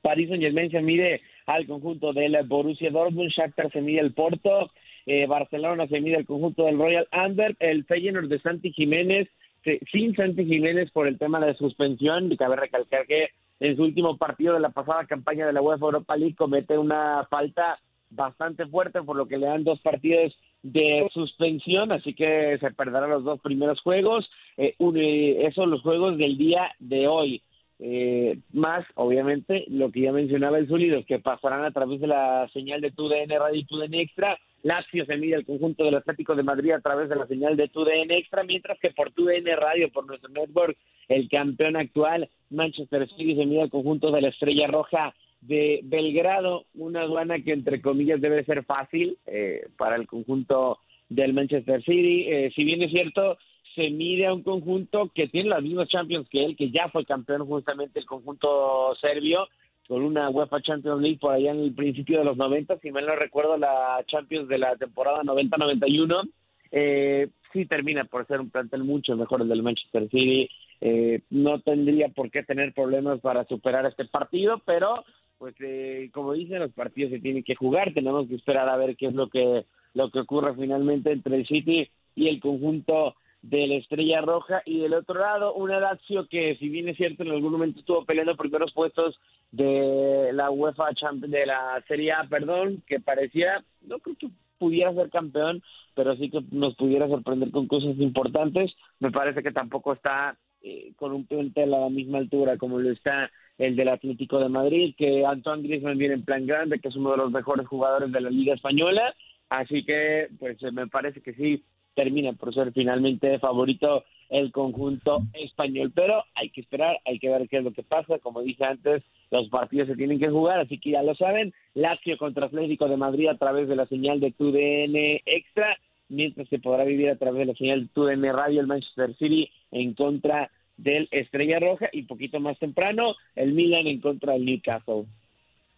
París Saint Germain se mide al conjunto del Borussia Dortmund, Shakhtar se mide al Porto, eh, Barcelona se mide al conjunto del Royal Antwerp, el Feyenoord de Santi Jiménez, se- sin Santi Jiménez por el tema de la suspensión, y cabe recalcar que en su último partido de la pasada campaña de la UEFA Europa League comete una falta bastante fuerte, por lo que le dan dos partidos de suspensión, así que se perderán los dos primeros juegos, eh, un- eh, esos los juegos del día de hoy. Eh, más, obviamente, lo que ya mencionaba el Zuli, los que pasarán a través de la señal de TUDN Radio y TUDN Extra. Lazio se mide al conjunto del Atlético de Madrid a través de la señal de TUDN Extra, mientras que por TUDN Radio, por nuestro network, el campeón actual, Manchester City, se mide al conjunto de la Estrella Roja de Belgrado, una aduana que entre comillas debe ser fácil eh, para el conjunto del Manchester City. Eh, si bien es cierto, se mide a un conjunto que tiene las mismas Champions que él, que ya fue campeón justamente el conjunto serbio, con una UEFA Champions League por allá en el principio de los 90, si mal no recuerdo la Champions de la temporada 90-91, eh, sí termina por ser un plantel mucho mejor el del Manchester City. Eh, no tendría por qué tener problemas para superar este partido, pero pues eh, como dicen los partidos se tienen que jugar, tenemos que esperar a ver qué es lo que lo que ocurre finalmente entre el City y el conjunto de la Estrella Roja y del otro lado una Lazio que si bien es cierto en algún momento estuvo peleando primeros puestos de la UEFA Champ- de la Serie A, perdón, que parecía no creo que pudiera ser campeón, pero sí que nos pudiera sorprender con cosas importantes. Me parece que tampoco está eh, con un plantel a la misma altura como lo está el del Atlético de Madrid, que Antoine Griezmann viene en plan grande, que es uno de los mejores jugadores de la Liga Española, así que pues eh, me parece que sí termina por ser finalmente favorito el conjunto español, pero hay que esperar, hay que ver qué es lo que pasa, como dije antes, los partidos se tienen que jugar, así que ya lo saben, Lazio contra Atlético de Madrid a través de la señal de TUDN Extra, mientras se podrá vivir a través de la señal de TUDN Radio el Manchester City en contra del Estrella Roja y poquito más temprano el Milan en contra del Newcastle.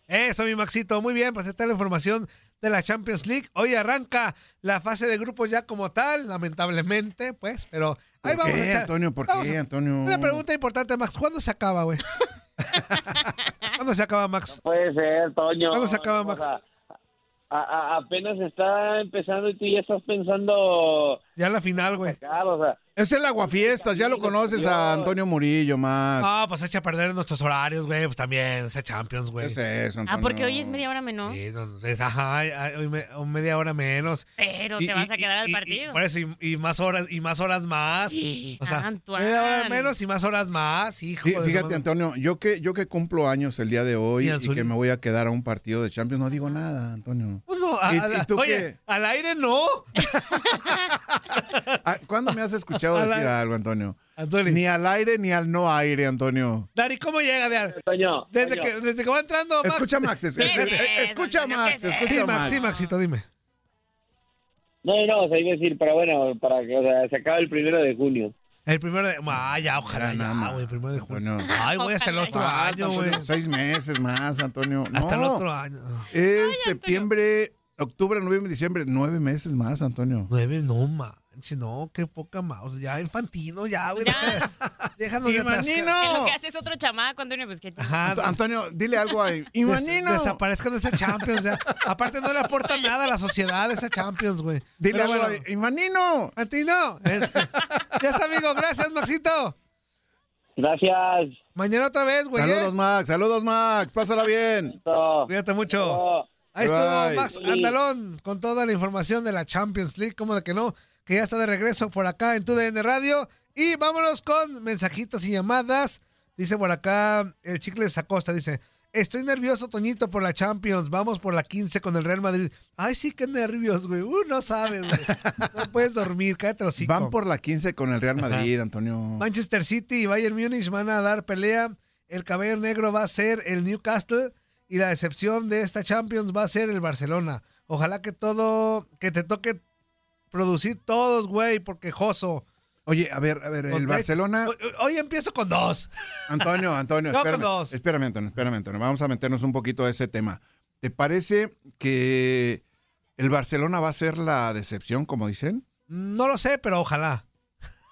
Eso, mi Maxito. Muy bien, pues esta es la información de la Champions League. Hoy arranca la fase de grupos ya como tal, lamentablemente, pues, pero ahí ¿Por vamos a qué, echar- Antonio? ¿Por vamos qué, a- Antonio? Una pregunta importante, Max. ¿Cuándo se acaba, güey? ¿Cuándo se acaba, Max? Puede ser, Toño. ¿Cuándo se acaba, Max? A- a- a- apenas está empezando y tú ya estás pensando Ya la final, güey. sacar, o sea, Es el aguafiestas, ya lo conoces a Antonio Murillo, Max. Ah, pues echa a perder nuestros horarios, güey. Pues también, esa Champions, güey. ¿Qué es eso, Ah, Antonio? porque hoy es media hora menos. Sí, no, es- ajá, ay, ay, hoy me- hoy media hora menos. Pero te vas a quedar al y- y- partido. por eso, y, y más horas, y más horas más. Sí, o sea, Antoine. media hora menos y más horas más, hijo. Fí- de su Fíjate, madre. Antonio, yo que, yo que cumplo años el día de hoy ¿Y y, al Zuli? que me voy a quedar a un partido de Champions, no digo nada, Antonio. Pues no, a- ¿Y- a- y tú oye, qué? al aire no. Ah, ¿Cuándo me has escuchado Al decir aire. algo, Antonio? Antonio. Ni al aire ni al no aire, Antonio. Dari, ¿cómo llega, Dari? Toño, Desde Toño. que, desde que va entrando, Max. Escucha, Max, es- ¿Qué es- es eh, eso, escucha, Antonio? Max, ¿Qué es eso? escucha, Sí, Max, Max. sí, Maxito, dime. No, no, o sea, iba a decir, pero bueno, para que o sea, se acaba el primero de junio. El primero de. Ah, ya, ojalá. Ya, nada ya, más, güey, el primero de junio. Antonio. Ay, güey, hasta el otro Ah, año, Antonio, güey. Seis meses más, Antonio. Hasta el No, otro año. Es septiembre, octubre, noviembre, diciembre. Nueve meses más, Antonio. Nueve, no, manches, no, qué poca mouse. Ya, infantino, ya, güey. Déjanos de Que lo que atascar. hace es otro chamaco, Antonio pues, Busquets. Ajá. Antonio, dile algo a Des- desaparezcan de esta Champions. ya. Aparte, no le aporta nada a la sociedad esa Champions, güey. Dile Pero algo bueno. a Imanino. Antino. es- Este, ya está, amigo. Gracias, Maxito. Gracias. Mañana otra vez, güey. ¿eh? Saludos, Max. Saludos, Max. Pásala bien. Cuídate mucho. Ahí estuvo Bye. Max Andalón con toda la información de la Champions League, como de que no, que ya está de regreso por acá en TUDN Radio. Y vámonos con mensajitos y llamadas. Dice por acá el Chicles Acosta, dice, estoy nervioso, Toñito, por la Champions. Vamos por la 15 con el Real Madrid. Ay, sí, qué nervios, güey. Uh, no sabes, güey. No puedes dormir, cállate los Van por la 15 con el Real Madrid, Antonio. Manchester City y Bayern Múnich van a dar pelea. El cabello negro va a ser el Newcastle y la decepción de esta Champions va a ser el Barcelona. Ojalá que todo, que te toque producir todos, güey, porque Joso. Oye, a ver, a ver, el Ok. Barcelona. Hoy empiezo con dos. Antonio, Antonio, No, con espérame. dos. Espérame, Antonio, espérame, Antonio. Vamos a meternos un poquito a ese tema. ¿Te parece que el Barcelona va a ser la decepción, como dicen? Mm, No lo sé, pero ojalá.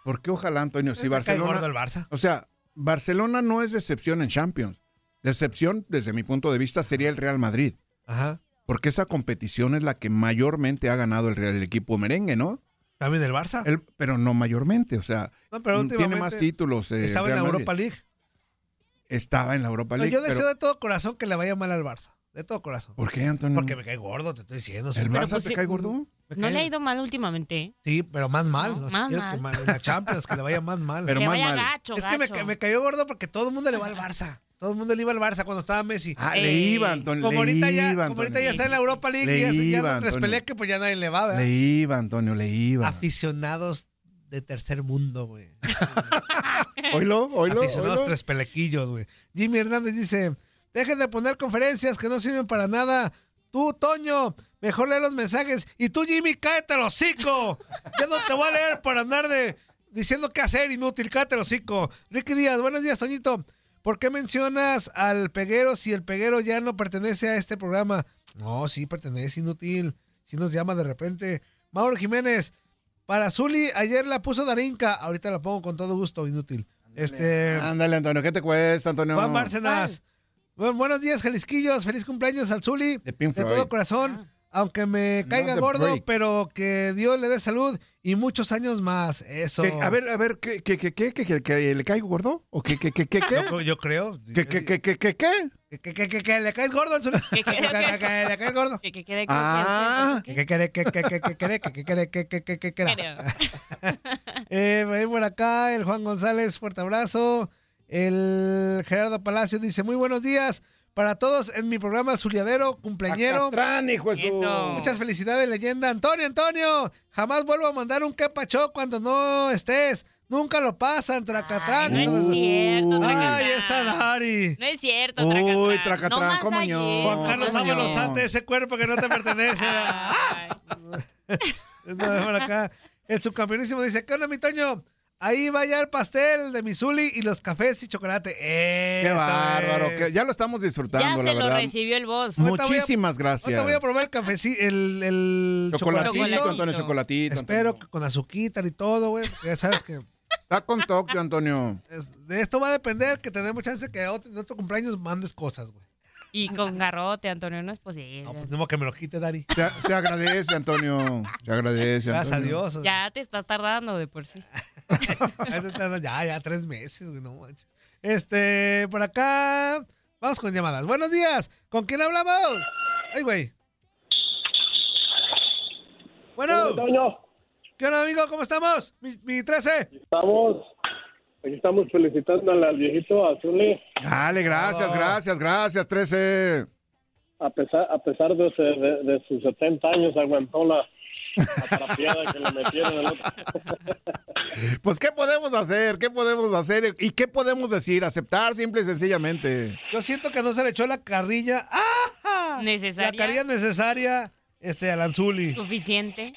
¿Por qué ojalá, Antonio? Si Me cae gordo el Barcelona. Barça. O sea, Barcelona no es decepción en Champions. Decepción, desde mi punto de vista, sería el Real Madrid. Ajá. Porque esa competición es la que mayormente ha ganado el, Real- el equipo merengue, ¿no? También el Barça. El- pero no mayormente, o sea, No, pero tiene más últimamente títulos. eh, estaba en Real la Madrid. Europa League. Estaba en la Europa No, League. yo deseo pero- de todo corazón que le vaya mal al Barça. De todo corazón. ¿Por qué, Antonio? Porque me cae gordo, te estoy diciendo. ¿El Pero, Barça pues, te sí. cae gordo? Me No cae- le ha ido mal últimamente. ¿eh? Sí, pero más mal. No, o sea, más quiero que mal. mal- en la Champions, que le vaya más mal. Pero que más vaya mal. gacho, es que me, gacho. ca- me cayó gordo porque todo el mundo le va al Barça. Todo el mundo le iba al Barça cuando estaba Messi. Ah, le Ey. iba, Antonio, Como le ahorita ya, iba, como ahorita Antonio. ya está en la Europa League Le y ya, ya iba, no tres Antonio. peleques, pues ya nadie le va, ¿verdad? Le iba, Antonio, le Ah, iba. Aficionados de tercer mundo, güey. Oilo, oilo, Aficionados oilo. tres pelequillos, güey. Jimmy Hernández dice, dejen de poner conferencias que no sirven para nada. Tú, Toño, mejor lee los mensajes. Y tú, Jimmy, cállate el hocico. Ya no te voy a leer para andar de diciendo qué hacer, inútil. Cállate el hocico. Ricky Díaz, buenos días, Toñito. ¿Por qué mencionas al peguero si el peguero ya no pertenece a este programa? No, sí pertenece, inútil. Si nos llama de repente. Mauro Jiménez, para Zuli, ayer la puso Darinka. Ahorita la pongo con todo gusto, inútil. Este. Ándale, Antonio, ¿qué te cuesta, Antonio? Juan Bárcenas. Bu- buenos días, Jalisquillos. Feliz cumpleaños al Zuli. De, Pink Floyd. todo corazón. Aunque me caiga the gordo, break. pero que Dios le dé salud y muchos años más. Eso. Que- a ver, a ver, ¿qué, qué, qué, qué, qué, qué, qué, le caigo gordo? ¿O qué, qué, qué, qué, qué? Yo, yo creo. ¿Qué, qué, qué, qué, qué, qué? Que, que, que, que, que le caes gordo al Zuli. Que, que, que, que, que le caes gordo. Que, que quede Ah. Que, que, que, que, que, que, que, que, que, que, que, que, que, que, que, que. Eh, ahí por acá, el Juan González, fuerte abrazo. El Gerardo Palacio dice, muy buenos días para todos en mi programa Zuliadero, cumpleañero. Acatrán, hijo de su- Eso. Muchas felicidades, leyenda. Antonio, Antonio, jamás vuelvo a mandar un capachó cuando no estés. Nunca lo pasan, Tracatrán. Ay, no es cierto, Ay, Tracatrán. esa Dari. No es cierto, Tracatrán. Uy, No Tracatrán, más ¿cómo ayer. no? Juan Carlos ¿Cómo Ábalos, no? ante ese cuerpo que no te pertenece. ¡Ah! No, por acá. El subcampeonísimo dice, ¿qué onda, mi Toño? Ahí va ya el pastel de Misuli y los cafés y chocolate. Qué Eso bárbaro, es. que ya lo estamos Ya disfrutando, se la lo verdad. recibió el boss. Ahorita voy a- Muchísimas Ahorita gracias. voy a probar el cafecito, el, el Chocolatito, chocolatito. Antonio, chocolatito. Antonio. Espero que con azuquita y todo, güey. Ya sabes que Está con Tokio, Antonio. es- de esto va a depender que tenemos chance que otro- en otro cumpleaños mandes cosas, güey. Y con garrote, Antonio, no es posible. No, pues no que me lo quite, Dari. Se, se agradece, Antonio. Se agradece, Antonio. Gracias a Dios. ya te estás tardando de por sí. Ahí te están- Ya, ya, tres meses, güey, no manches. Este, por acá. Vamos con llamadas. Buenos días. ¿Con quién hablamos? Ay, güey. Bueno. ¿Qué onda, amigo? ¿Cómo estamos? Mi, mi 13. Estamos, aquí estamos felicitando al viejito eh, Azule, Dale, gracias, gracias, gracias, 13. a pesar, a pesar de, ese- de- de sus 70 años, aguantó la atrapiada que le metieron el otro. Pues, ¿qué podemos hacer? ¿Qué podemos hacer? ¿Y qué podemos decir? Aceptar simple y sencillamente. Yo siento que no se le echó la carrilla. ¡Ah! Necesaria. La carrilla necesaria este, al Anzuli. Suficiente.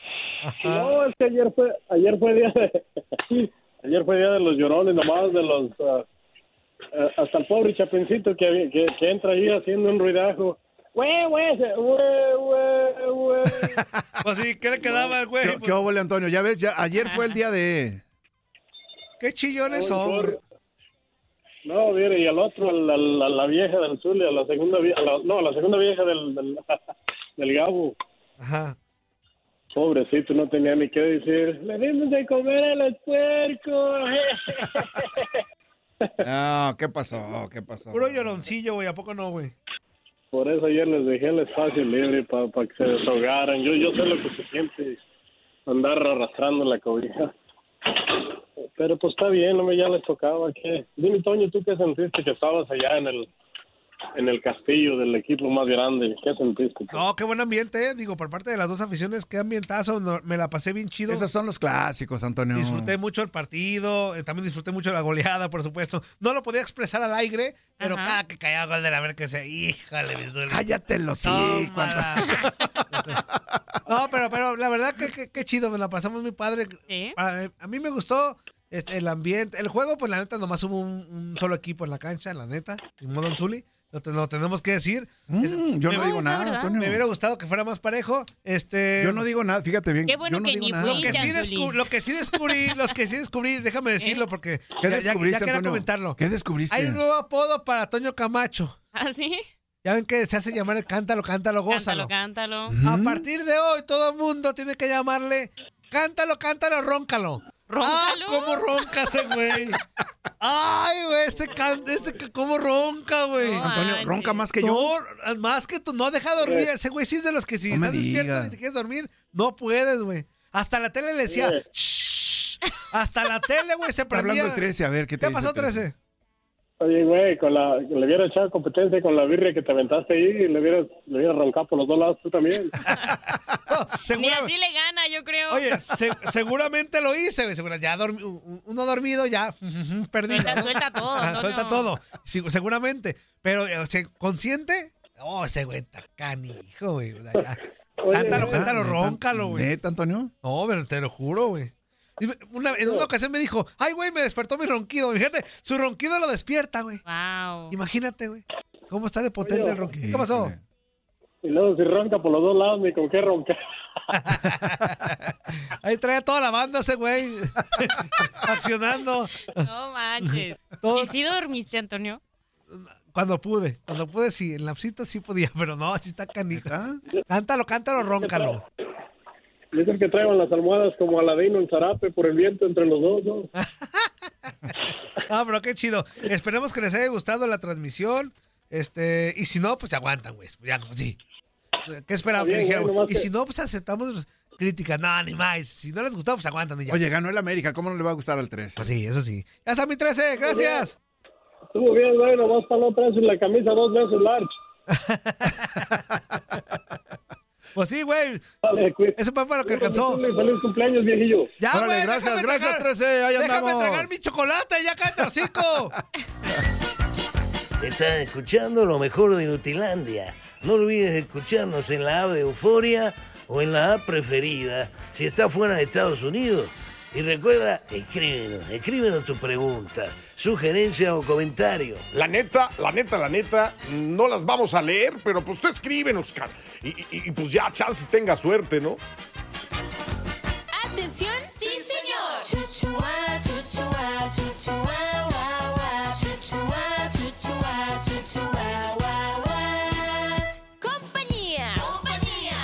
No, es que ayer fue, ayer fue día de, Ayer fue día de los llorones, nomás de los... ah, ah, hasta el pobre chapincito que, había- que, que entra ahí haciendo un ruidajo. ¡Güey, güey! se- güey, güey, güey! Pues sí, ¿qué le quedaba al ¿Qué, güey? qué óvole, Antonio? Ya ves, ya, ayer fue el día de... ¿Qué chillones Ay, son? por- güey? No, mire, y al otro, a la, la- la vieja del sur, y a la segunda vieja... No, a la segunda vieja del, del, del Gabo. Ajá. Pobrecito, no tenía ni qué decir. ¡Le dimos de comer a los puercos! Ah, No, Ah, ¿qué pasó? ¿Qué pasó? Puro lloroncillo, güey. ¿A poco no, güey? Por eso ayer les dejé el espacio libre para que se desahogaran. Yo, yo sé lo que se siente andar arrastrando la cobija. Pero pues está bien, hombre, ya les tocaba. ¿qué? Dime, Toño, ¿tú qué sentiste que estabas allá en el, en el castillo del equipo más grande? ¿Qué sentiste? No, qué buen ambiente, eh. Digo, por parte de las dos aficiones, qué ambientazo. no- me la pasé bien chido. Esos son los clásicos, Antonio. Disfruté mucho el partido, eh, también disfruté mucho la goleada, por supuesto. No lo podía expresar al aire, pero cada que caía gol de la América decía, híjale, me duele. Cállate los No, pero, pero la verdad que, que- que chido, me la pasamos muy padre. Para- a mí me gustó este, el ambiente. El juego, pues la neta, nomás hubo un, un solo equipo en la cancha, la neta, en modo Zuli. Lo, te- lo tenemos que decir. Mm, yo no Me- digo nada, Antonio. Me hubiera gustado que fuera más parejo. Este, Yo no digo nada, fíjate bien. Qué bueno yo no que digo ni nada. fuiste, Lo que sí Anzuli. descu- lo que sí descubrí, los que sí descubrí, déjame decirlo porque ¿Qué Eh, ya, ya- ya descubriste, quería Antonio? comentarlo. ¿Qué descubriste? Hay un nuevo apodo para Toño Camacho. ¿Ah, sí? Ya ven que se hace llamar el cántalo, cántalo, gózalo. Cántalo. A partir de hoy todo el mundo tiene que llamarle cántalo, cántalo, róncalo. ¿Róncalo? Ah, cómo ronca ese güey. Ay, güey, este can, este que- cómo ronca, güey. Antonio, ¿ronca más que yo? No, más que tú, no deja dormir. Ese güey sí es de los que si No me estás despierto digas. y te quieres dormir, no puedes, güey. Hasta la tele le decía, Eh. "Shh". hasta la tele, güey, se Está prendía. hablando el 13, a ver, ¿qué te ¿Qué pasó, 13? Oye, güey, con la, le hubiera echado competencia con la birria que te aventaste ahí y le hubieras, le hubieras roncado por los dos lados tú también. Ni Segura- así le gana, yo creo. Oye, se- seguramente lo hice, güey. segura- ya dormi- u- u- uno dormido, ya perdido. Suelta- ¿no? suelta todo, Ajá, Antonio. Suelta todo, sí, seguramente. Pero, eh, ¿se- ¿consciente? Oh, ese güey está canijo, güey. O sea, ya. Cántalo, cántalo, róncalo, güey. ¿Neta, Antonio? No, pero te lo juro, güey. Y me- una- en una ocasión me dijo, ay, güey, me despertó mi ronquido. Fíjate, su ronquido lo despierta, güey. Wow. Imagínate, güey. ¿Cómo está de potente el ronquido? ¿Qué pasó? Y luego si ronca por los dos lados, ni con qué roncar. Ahí trae a toda la banda ese güey. accionando. No manches. ¿Y si dormiste, Antonio? Cuando pude, cuando pude, sí, en la cita sí podía, pero no, así está canico. Cántalo, cántalo, róncalo. Dicen que traigan las almohadas como Aladino en zarape por el viento entre los dos, ¿no? Ah, pero qué chido. Esperemos que les haya gustado la transmisión. Este, y si no, pues se aguantan, güey. Ya, como sí. ¿Qué esperaban que Está bien, dijeran, güey, güey? nomás Y que- si no, pues aceptamos críticas. No, ni más. Si no les gustó, pues aguantan y ya. Oye, ganó el América, ¿cómo no le va a gustar al 13? Pues Sí, eso sí. ya está mi 13, gracias. Estuvo bien, güey, nomás para no traerse la camisa dos veces large. Pues sí, güey. Eso fue para lo que alcanzó. Feliz cumpleaños, viejillo. Ya, güey, déjame tragar- Déjame tragar mi chocolate, ya canta, hocico. Estás escuchando lo mejor de Nutilandia. No olvides escucharnos en la app de Euforia o en la app preferida si estás fuera de Estados Unidos. Y recuerda, escríbenos, escríbenos tu pregunta, sugerencia o comentario. La neta, la neta, la neta, no las vamos a leer, pero pues tú escríbenos, cara. Y, y- y pues ya, chance tenga suerte, ¿no? Atención, sí señor. Chuchua, chuchua, chuchua, guau, guau. Chuchua, chuchua, chuchua, guau, guau. Compañía. Compañía.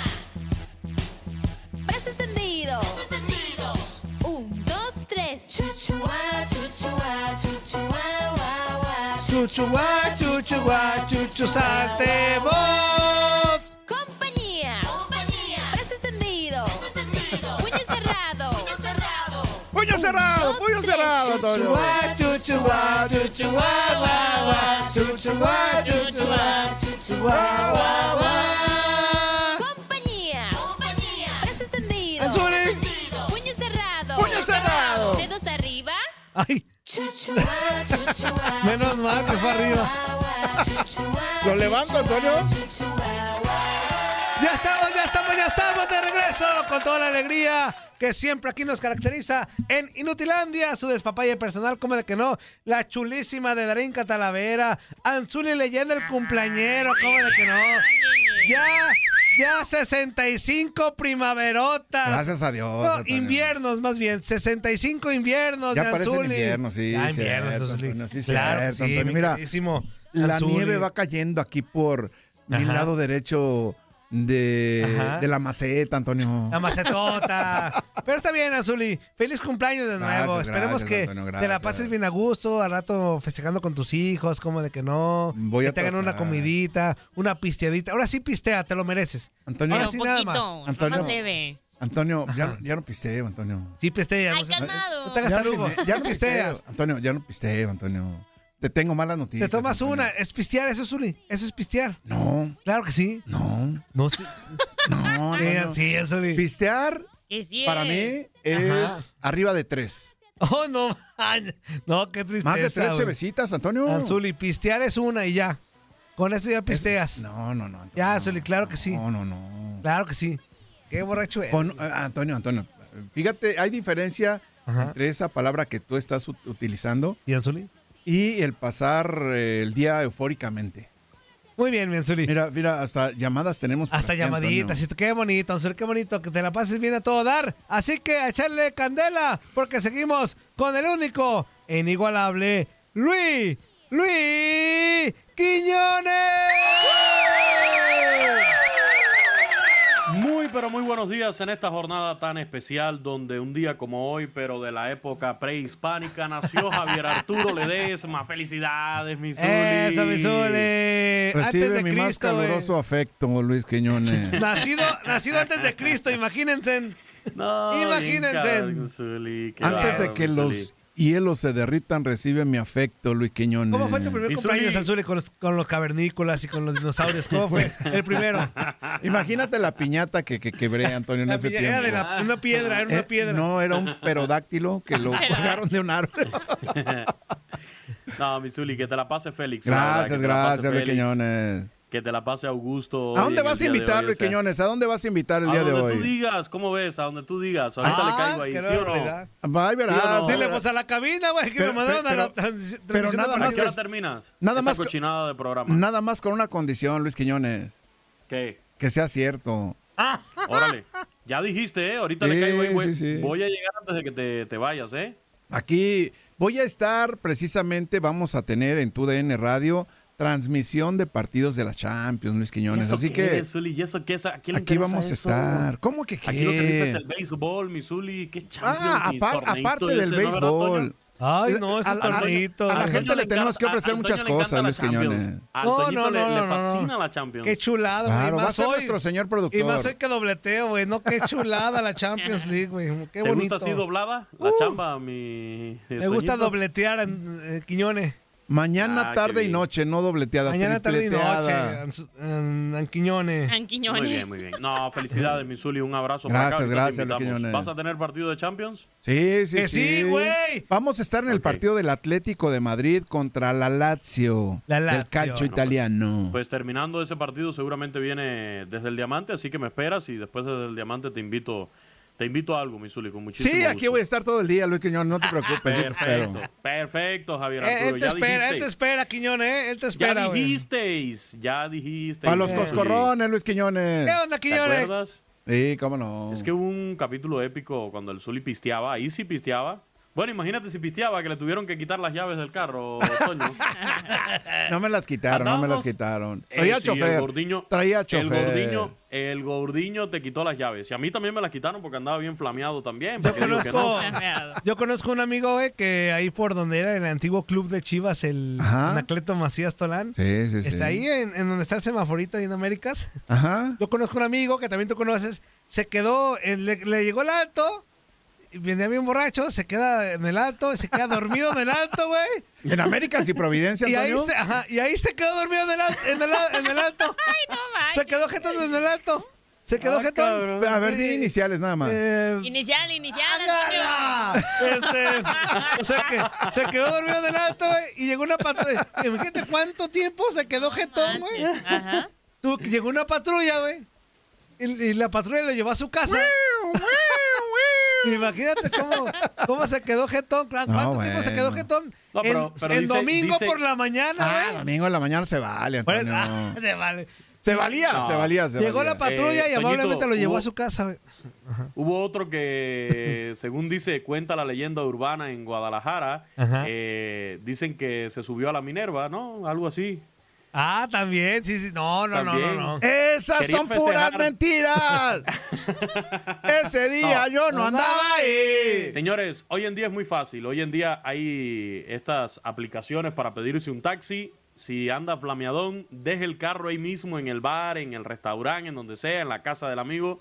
Brazos extendidos. Brazos extendidos. Un, dos, tres. Chuchua, chuchua, chuchua, guau, guau. Chuchuá, chuchuá, chuchu, salte vos. Compañía. Compañía. Brazos extendidos. Brazos extendidos. Puño cerrado. Puño cerrado. ¡Puño cerrado! ¡Puño cerrado, Antonio! Chuchuá, chuchuá, chuchuá, guau, guau. Chuchuá, chuchuá, chuchuá, guau, guau. Compañía. Compañía. Brazos extendidos. Anzuli. Brazos extendidos. Puño cerrado. Puño cerrado. Dedos arriba. Ay, Chuchua, chuchua. menos mal que fue arriba. chuchua, ¿Lo levanto, Antonio? chuchua, guau. Ya estamos, ya estamos, ya estamos de regreso con toda la alegría que siempre aquí nos caracteriza en Inutilandia, su despapalle personal, como de que no, la chulísima de Darín Catalavera, Anzuli Leyenda, el cumpleañero, como de que no. Ya, ya 65 primaverotas. Gracias a Dios, No, Antonio. inviernos más bien, 65 inviernos Ya de parece Anzuli. invierno, sí. Ya cierto, inviernos, Anzuli. Antonio, sí, Claro, cierto, sí, Antonio. mi Mira, queridísimo la Anzuli. nieve va cayendo aquí por mi Ajá. lado derecho de, Ajá. de la maceta, Antonio. La macetota. Pero está bien, Azuli. Feliz cumpleaños de nuevo. Gracias, Esperemos gracias, que Antonio, te la gracias. pases bien a gusto, al rato festejando con tus hijos, como de que no. Voy que a te hagan una tratar. comidita, una pisteadita. Ahora sí pistea, te lo mereces. Antonio, Ahora sí nada más. Antonio, Antonio, ya, no- ya no pisteo, Antonio. Sí pistea. Ay, calmado. No te hagas tarugo. Ya, Ya no pisteas. pisteo. Antonio, ya no pisteo, Antonio. Te tengo malas Te noticias. tomas una. Es pistear eso, Azuli. Eso es pistear. No. Claro que sí. No. No, sí. No, Sí, no. sí, Azuli. Pistear Que sí para es. mí es arriba de tres. Oh, no. man. No, qué tristeza. Más de tres güey. chevecitas, Antonio. Anzuli, pistear es una y ya. Con eso ya pisteas. No, no, no. ya, Anzuli, claro que sí. No, no, no. Claro que sí. Qué borracho eres. Con- eh, Antonio, Antonio. Fíjate, hay diferencia entre esa palabra que tú estás ut- utilizando ¿Y Anzuli? y el pasar eh, el día eufóricamente. Muy bien, mi Anzuli. Mira, mira, hasta llamadas tenemos. por Hasta aquí, llamaditas. Antonio. y tú- Qué bonito, Anzuli, qué bonito. Que te la pases bien a todo dar. Así que a echarle candela, porque seguimos con el único e inigualable, Luis, Luis Quiñones. Muy, pero muy buenos días en esta jornada tan especial donde un día como hoy, pero de la época prehispánica, nació Javier Arturo Ledesma. Felicidades, mi Zuli. Eso, mi Zuli. Recibe Eh, Antes de mi más Cristo, güey. caluroso afecto, Luis Quiñones. Nacido, nacido antes de Cristo, imagínense. bien, imagínense. Zuli, qué Antes de bárbaro, que mi los Zuli. hielos se derritan, recibe mi afecto, Luis Quiñones. ¿Cómo fue tu primer cumpleaños, Anzuli, con los, con los cavernícolas y con los dinosaurios? ¿Cómo fue? El primero. Imagínate la piñata que, que quebré, Antonio, en La ese piña- tiempo. era de la- una piedra, era una Eh, piedra. No, era un perodáctilo que lo colgaron de un árbol. No, mi Zuli, que te la pase Félix. la verdad, que Gracias, te la pase gracias, Luis Félix, Quiñones. Que te la pase Augusto. ¿A dónde vas hoy en a el día de invitar, hoy, Luis o sea, Quiñones? ¿A dónde vas a invitar el a día de donde tú hoy? digas, ¿cómo ves? A donde tú digas. Ahorita le caigo ahí, ¿sí o no? Ay, verás. no? Dile, pues a la cabina, güey, que Pero- lo mandaron a la pero- trans- pero transmisión nada de más ¿A qué hora es- terminas? nada Esta más que- cochinada de programa. Nada más con una condición, Luis Quiñones. ¿Qué? Que sea cierto. Órale. Ya dijiste, ¿eh? Ahorita Sí, le caigo ahí, güey. sí, sí. Voy a llegar antes de que te, te vayas, ¿eh? Aquí voy a estar precisamente, vamos a tener en tu DN Radio transmisión de partidos de la Champions, Luis Quiñones. ¿Y eso Así qué que es, Zuli? ¿Y eso qué es? ¿A quién le aquí interesa vamos a eso? estar. ¿Cómo que qué? Aquí lo que necesita es el béisbol, mi Zuli. ¿Qué Champions Ah, ni apar- torneito aparte ese, del ¿no, verdad, béisbol. Toño? Ay, no, esos A la- a la- torneitos. A la Antonio gente le le tenemos encanta- que a- ofrecer Antonio muchas le encanta cosas, la Luis Champions. Quiñones. A No, Toñito no, le- no, le no, no. fascina la Champions. Qué chulada, güey. Claro, más va a ser hoy. nuestro señor productor. Y más hoy que dobleteo, güey. No, qué chulada la Champions League, güey. Qué ¿Te bonito. gusta así doblada? La chamba, mi... eh, Me gusta Toñito. dobletear, en, eh, Quiñones. Mañana, Ah, qué tarde y bien. noche, no dobleteada, Mañana, tarde y noche. tripleteada. Anzu- eh, en- en Quiñones. Muy bien, muy bien. No, felicidades, mi Zuli. Un abrazo Gracias, para acá. Ahorita te gracias, Luis invitamos. Quiñones. ¿Vas a tener partido de Champions? Sí, sí, Que sí, güey. Vamos a estar en el partido del Atlético de Madrid contra la Lazio, La del Lazio. calcio No, pues- italiano. Pues terminando ese partido seguramente viene desde el diamante, así que me esperas y después desde el diamante te invito, te invito a algo, Misuli, con muchísimo sí, aquí gusto. voy a estar todo el día, Luis Quiñones, no te preocupes, yo te espero. Perfecto, perfecto, Javier Eh, Arturo. él te ya espera, él te dijisteis. espera, Quiñones, eh. Él te espera, ya güey. dijisteis, ya dijisteis. Para los Misuli. coscorrones, Luis Quiñones. ¿Qué onda, ¿Te Quiñones? acuerdas? Sí, cómo no. Es que hubo un capítulo épico cuando el Zuli pisteaba, ahí sí pisteaba. Bueno, imagínate si pisteaba que le tuvieron que quitar las llaves del carro, Toño. Eh, No me las quitaron, no me las Andábamos- quitaron. Eh, Traía sí, chofer. El gordiño, traía el chofer. gordiño- el gordiño te quitó las llaves. Y a mí también me las quitaron porque andaba bien flameado Yo también. porque digo que conozco, no. yo conozco un amigo, güey, que ahí por donde era el antiguo club de Chivas, el Anacleto Macías Tolán. Sí, sí, sí. Está ahí en, en donde está el semaforito ahí en Américas. Ajá. Yo conozco un amigo que también tú conoces. Se quedó, eh, le, le llegó el alto, y venía bien borracho, se queda en el alto, y se queda dormido en el alto, güey. En Américas y Providencia, Y ahí, Antonio. se, ajá, y ahí se quedó dormido en el, al- en el, al- en el alto. Se quedó jetón en el alto. Se quedó Ah, jetón. cabrón. A ver, di iniciales nada más. Eh, Inicial, inicial. ¡Ándala! Este, o sea que se quedó dormido del alto, güey, y llegó una patrulla. Imagínate cuánto tiempo se quedó jetón, güey. Tú, que llegó una patrulla, güey. y, y la patrulla lo llevó a su casa. Imagínate cómo, cómo se quedó Getón. claro, No, ¿Cuánto tiempo se quedó bueno. Getón? No, pero- en pero en dice- domingo dice- por la mañana, Ah, ¿eh? domingo en la mañana se vale, Antonio. Se vale. Se valía, se valía, se Llegó valía. la patrulla y Eh, amablemente Toñito, lo llevó hubo- a su casa. güey. Hubo otro que, según dice, cuenta la leyenda urbana en Guadalajara, Ajá. eh, dicen que se subió a la Minerva, ¿no? Algo así. Ah, también, sí, sí. No, no, no, no, También. no. Esas Quería son festejar. puras mentiras. eh. Ese día yo no andaba ahí. Señores, hoy en día es muy fácil. Hoy en día hay estas aplicaciones para pedirse un taxi. Si anda flameadón, deje el carro ahí mismo en el bar, en el restaurante, en donde sea, en la casa del amigo.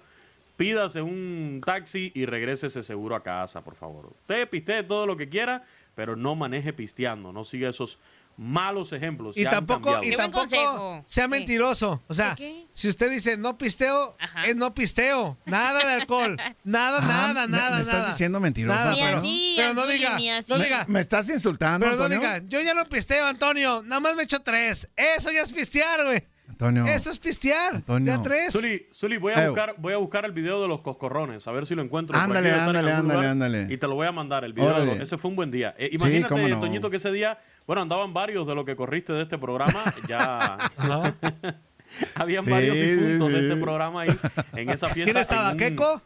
Pídase un taxi y regrésese seguro a casa, por favor. Usted pistee todo lo que quiera, pero no maneje pisteando. No siga esos malos ejemplos. Y Se han tampoco, cambiado. y tampoco sea mentiroso. O sea, si usted dice no pisteo, es no pisteo. Nada de alcohol. Nada, nada, Ah, Me- nada. me estás nada. diciendo mentiroso. Nada, Antonio. pero, pero no diga, no diga. Me estás insultando, Pero no Antonio. diga, yo ya no pisteo, Antonio. Nada más me echo tres. Eso ya es pistear, güey. Antonio. Eso es pistear. Antonio. Ya tres. Zuli, Zuli, voy, a Eh. buscar, voy a buscar el video de los coscorrones, a ver si lo encuentro. por Ándale, aquí, está en ándale, algún ándale, ándale. Y te lo voy a mandar, el video. de Órale. los- ese fue un buen día. Eh, imagínate, cómo no. Toñito, que ese día, bueno, andaban varios de lo que corriste de este programa. Ya. Habían Sí, varios sí, difuntos de sí. este programa ahí, en esa fiesta. ¿Quién estaba? en un- ¿Keco?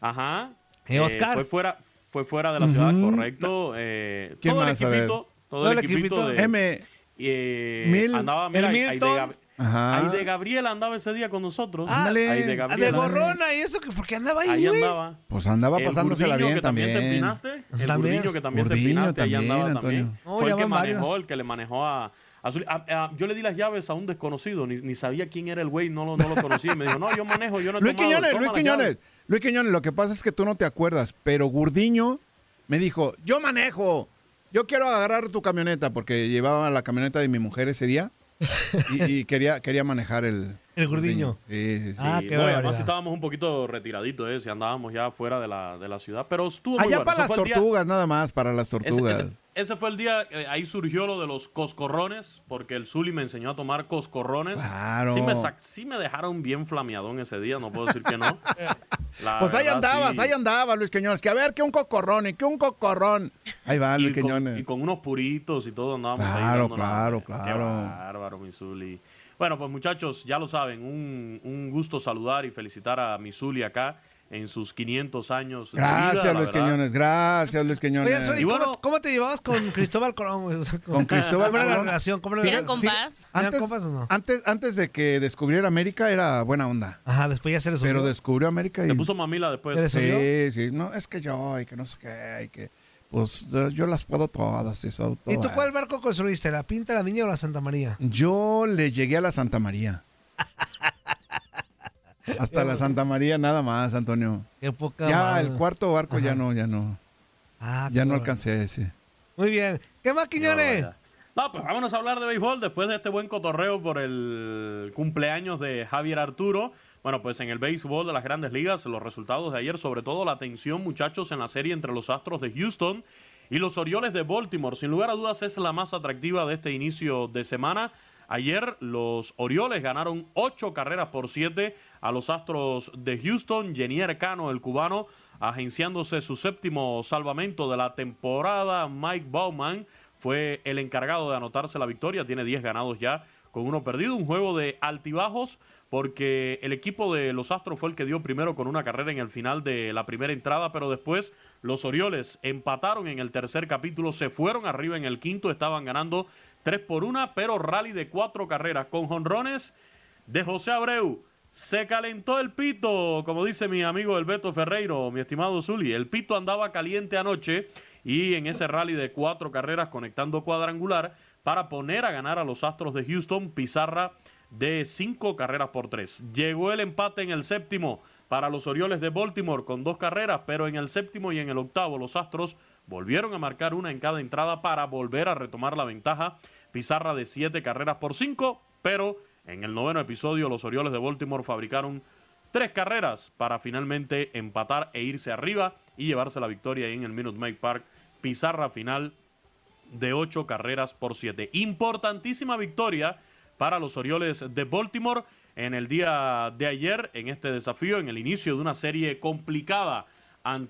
Ajá. Eh, Oscar. Fue fuera, fue fuera de la ciudad, correcto. Eh, ¿Quién todo más? El A ver. equipito, todo Todo el el equipito. equipito. de- M. eh, Mil. Andaba, El mira, ahí- ahí de Milton. Gab- Ajá. ahí de Gabriela andaba ese día con nosotros. Ándale. Ahí de Ah, Gabriela. De gorrona y eso, que porque andaba ahí, Ahí güey. andaba. Pues andaba El pasándosela Burdiño, bien que también te también. empinaste, El También. burdiño que también te Burdiño empinaste, ahí también, andaba Antonio. también. No, Fue ya el que van manejó, varios. el que le manejó a... a Zuli. A- a- yo le di las llaves a un desconocido, ni, ni sabía quién era el güey, no lo, no lo conocí. Me dijo, no, yo manejo, yo no he Luis tomado, Quiñones, toma Luis las Quiñones, llaves. Luis Quiñones, lo que pasa es que tú no te acuerdas, pero Gurdiño me dijo, yo manejo, yo quiero agarrar tu camioneta, porque llevaba la camioneta de mi mujer ese día y, y quería, quería manejar el... El Gurdiño. Sí, sí, sí. Ah, Y, qué no, y barbaridad. además estábamos un poquito retiraditos, eh, si andábamos ya fuera de la, de la ciudad, pero estuvo muy Allá bueno. para las Eso fue el día- tortugas, nada más, para las Ese, tortugas. ese- ese fue el día, eh, ahí surgió lo de los coscorrones, porque el Zuli me enseñó a tomar coscorrones. Claro. Sí me, sac- sí me dejaron bien flameadón ese día, no puedo decir que no. La Pues ahí Ah, verdad, andabas, sí. ahí andaba Luis Quiñones, que a ver, que un cocorrón y que un cocorrón. Ahí va Luis Y con, Quiñones. y con unos puritos y todo andábamos ahí Claro, dándonos- claro, Qué claro. bárbaro, mi Zuli. Bueno, pues muchachos, ya lo saben, un, un gusto saludar y felicitar a mi Zuli acá en sus 500 años. de vida, Gracias, la Luis verdad. Quiñones, gracias, Luis Quiñones. Oye, Zuli, Y ¿cómo, bueno, cómo te llevabas con Cristóbal Colón? güey? O sea, con Cristóbal ¿Cómo era la Colón. relación? ¿Cómo era la Fíjate, relación? fíjate, ¿Eran Antes, compas o no? antes, antes de que descubriera América era buena onda. Ajá, después ya se les Pero olvidó. descubrió América y... Se puso mamila después. Sí, sí. No, es que yo y que no sé qué y que... Pues yo, yo las puedo todas. Eso, ¿Y tú todo. cuál barco construiste? ¿La Pinta, la Niña o la Santa María? Yo le llegué a la Santa María. Hasta la Santa María nada más, Antonio. Qué poca Ya madre. el cuarto barco ya no, ya no. Ah, ya qué no barbaridad. alcancé ese. Muy bien. ¿Qué más, Quiñones? barbaridad. No, pues vámonos a hablar de béisbol después de este buen cotorreo por el cumpleaños de Javier Arturo. Bueno, pues en el béisbol de las grandes ligas, los resultados de ayer, sobre todo la tensión, muchachos, en la serie entre los Astros de Houston y los Orioles de Baltimore. Sin lugar a dudas es la más atractiva de este inicio de semana. Ayer los Orioles ganaron ocho carreras por siete a los Astros de Houston. Jenier Cano, el cubano, agenciándose su séptimo salvamento de la temporada. Mike Bauman fue el encargado de anotarse la victoria. Tiene 10 ganados ya con uno perdido. Un juego de altibajos porque el equipo de los Astros fue el que dio primero con una carrera en el final de la primera entrada, pero después los Orioles empataron en el tercer capítulo, se fueron arriba en el quinto, estaban ganando 3 por 1, pero rally de cuatro carreras con jonrones de José Abreu. Se calentó el pito, como dice mi amigo el Beto Ferreiro, mi estimado Zuli. El pito andaba caliente anoche y en ese rally de cuatro carreras conectando cuadrangular para poner a ganar a los Astros de Houston, Pizarra de cinco carreras por tres. Llegó el empate en el séptimo para los Orioles de Baltimore con dos carreras, pero en el séptimo y en el octavo los Astros volvieron a marcar una en cada entrada para volver a retomar la ventaja. Pizarra de siete carreras por cinco, pero en el noveno episodio los Orioles de Baltimore fabricaron tres carreras para finalmente empatar e irse arriba y llevarse la victoria ahí en el Minute Maid Park. Pizarra final de ocho carreras por siete. Importantísima victoria para los Orioles de Baltimore en el día de ayer en este desafío, en el inicio de una serie complicada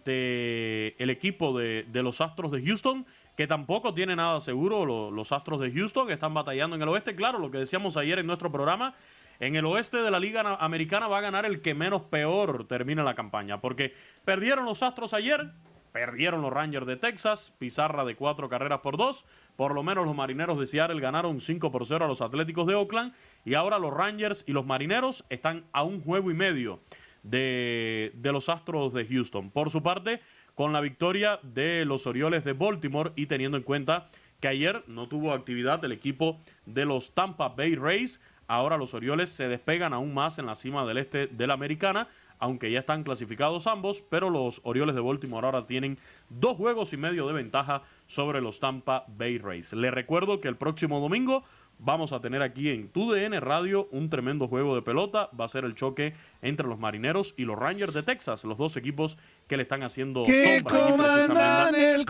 ante el equipo de, de los Astros de Houston, que tampoco tiene nada seguro lo- los Astros de Houston, que están batallando en el oeste. Claro, lo que decíamos ayer en nuestro programa, en el oeste de la Liga Na- Americana va a ganar el que menos peor termina la campaña, porque perdieron los Astros ayer, perdieron los Rangers de Texas, pizarra de cuatro carreras por dos, por lo menos los Marineros de Seattle ganaron 5 por 0 a los Atléticos de Oakland, y ahora los Rangers y los Marineros están a un juego y medio de, de los Astros de Houston. Por su parte, con la victoria de los Orioles de Baltimore y teniendo en cuenta que ayer no tuvo actividad el equipo de los Tampa Bay Rays, ahora los Orioles se despegan aún más en la cima del este de la Americana, aunque ya están clasificados ambos, pero los Orioles de Baltimore ahora tienen dos juegos y medio de ventaja sobre los Tampa Bay Rays. Les recuerdo que el próximo domingo Vamos a tener aquí en TUDN Radio un tremendo juego de pelota. Va a ser el choque entre los marineros y los Rangers de Texas, los dos equipos que le están haciendo Que sombra aquí comandan precisamente. el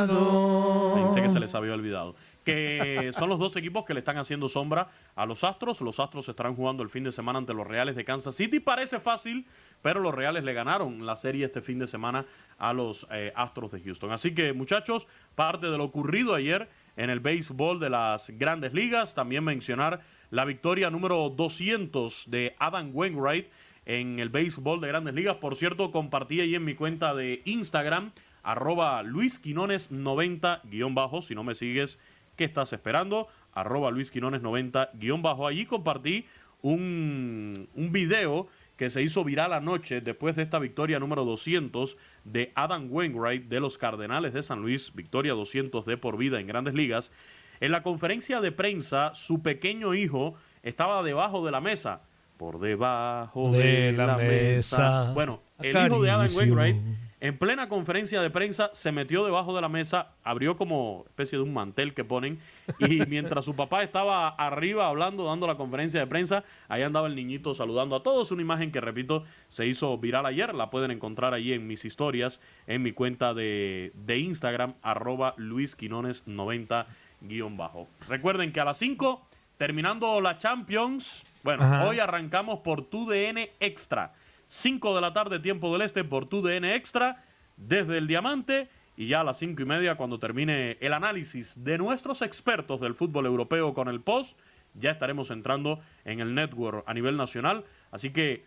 condado. Pensé que se les había olvidado. Que son los dos equipos que le están haciendo sombra a los Astros. Los Astros estarán jugando el fin de semana ante los Reales de Kansas City. Parece fácil, pero los Reales le ganaron la serie este fin de semana a los eh, Astros de Houston. Así que, muchachos, parte de lo ocurrido ayer en el béisbol de las grandes ligas. También mencionar la victoria número 200 de Adam Wainwright en el béisbol de grandes ligas. Por cierto, compartí ahí en mi cuenta de Instagram, arroba luisquinones90, guión bajo, si no me sigues, ¿qué estás esperando? Arroba luisquinones90, guión bajo. Allí compartí un, un video que se hizo viral anoche después de esta victoria número 200 de Adam Wainwright de los Cardenales de San Luis, victoria 200 de por vida en grandes ligas. En la conferencia de prensa, su pequeño hijo estaba debajo de la mesa. Por debajo de, De la la, mesa. mesa. Bueno, el hijo de Adam Acarícialo. Wainwright en plena conferencia de prensa se metió debajo de la mesa, abrió como especie de un mantel que ponen y mientras su papá estaba arriba hablando, dando la conferencia de prensa, ahí andaba el niñito saludando a todos. Una imagen que, repito, se hizo viral ayer. La pueden encontrar ahí en mis historias, en mi cuenta de, de Instagram, arroba luisquinones90 guión bajo. Recuerden que a las 5, terminando la Champions, bueno, Ajá. hoy arrancamos por tu DN Extra. 5 de la tarde, tiempo del este, por tu DN Extra, desde el Diamante. Y ya a las 5 y media, cuando termine el análisis de nuestros expertos del fútbol europeo con el post, ya estaremos entrando en el network a nivel nacional. Así que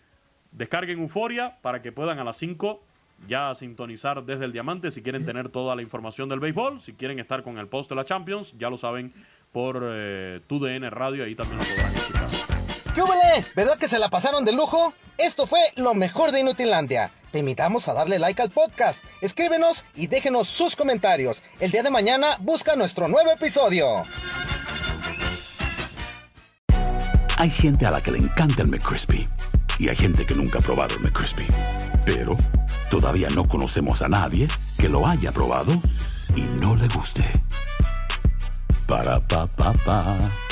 descarguen Euforia para que puedan a las 5 ya sintonizar desde el Diamante si quieren tener toda la información del béisbol, si quieren estar con el post de la Champions, ya lo saben por eh, TUDN Radio, ahí también lo podrán escuchar. ¿Qué hubole? ¿Verdad que se la pasaron de lujo? Esto fue lo mejor de Inutilandia. Te invitamos a darle like al podcast, escríbenos y déjenos sus comentarios. El día de mañana busca nuestro nuevo episodio. Hay gente a la que le encanta el McCrispy y hay gente que nunca ha probado el McCrispy. Pero todavía no conocemos a nadie que lo haya probado y no le guste. Para pa pa pa.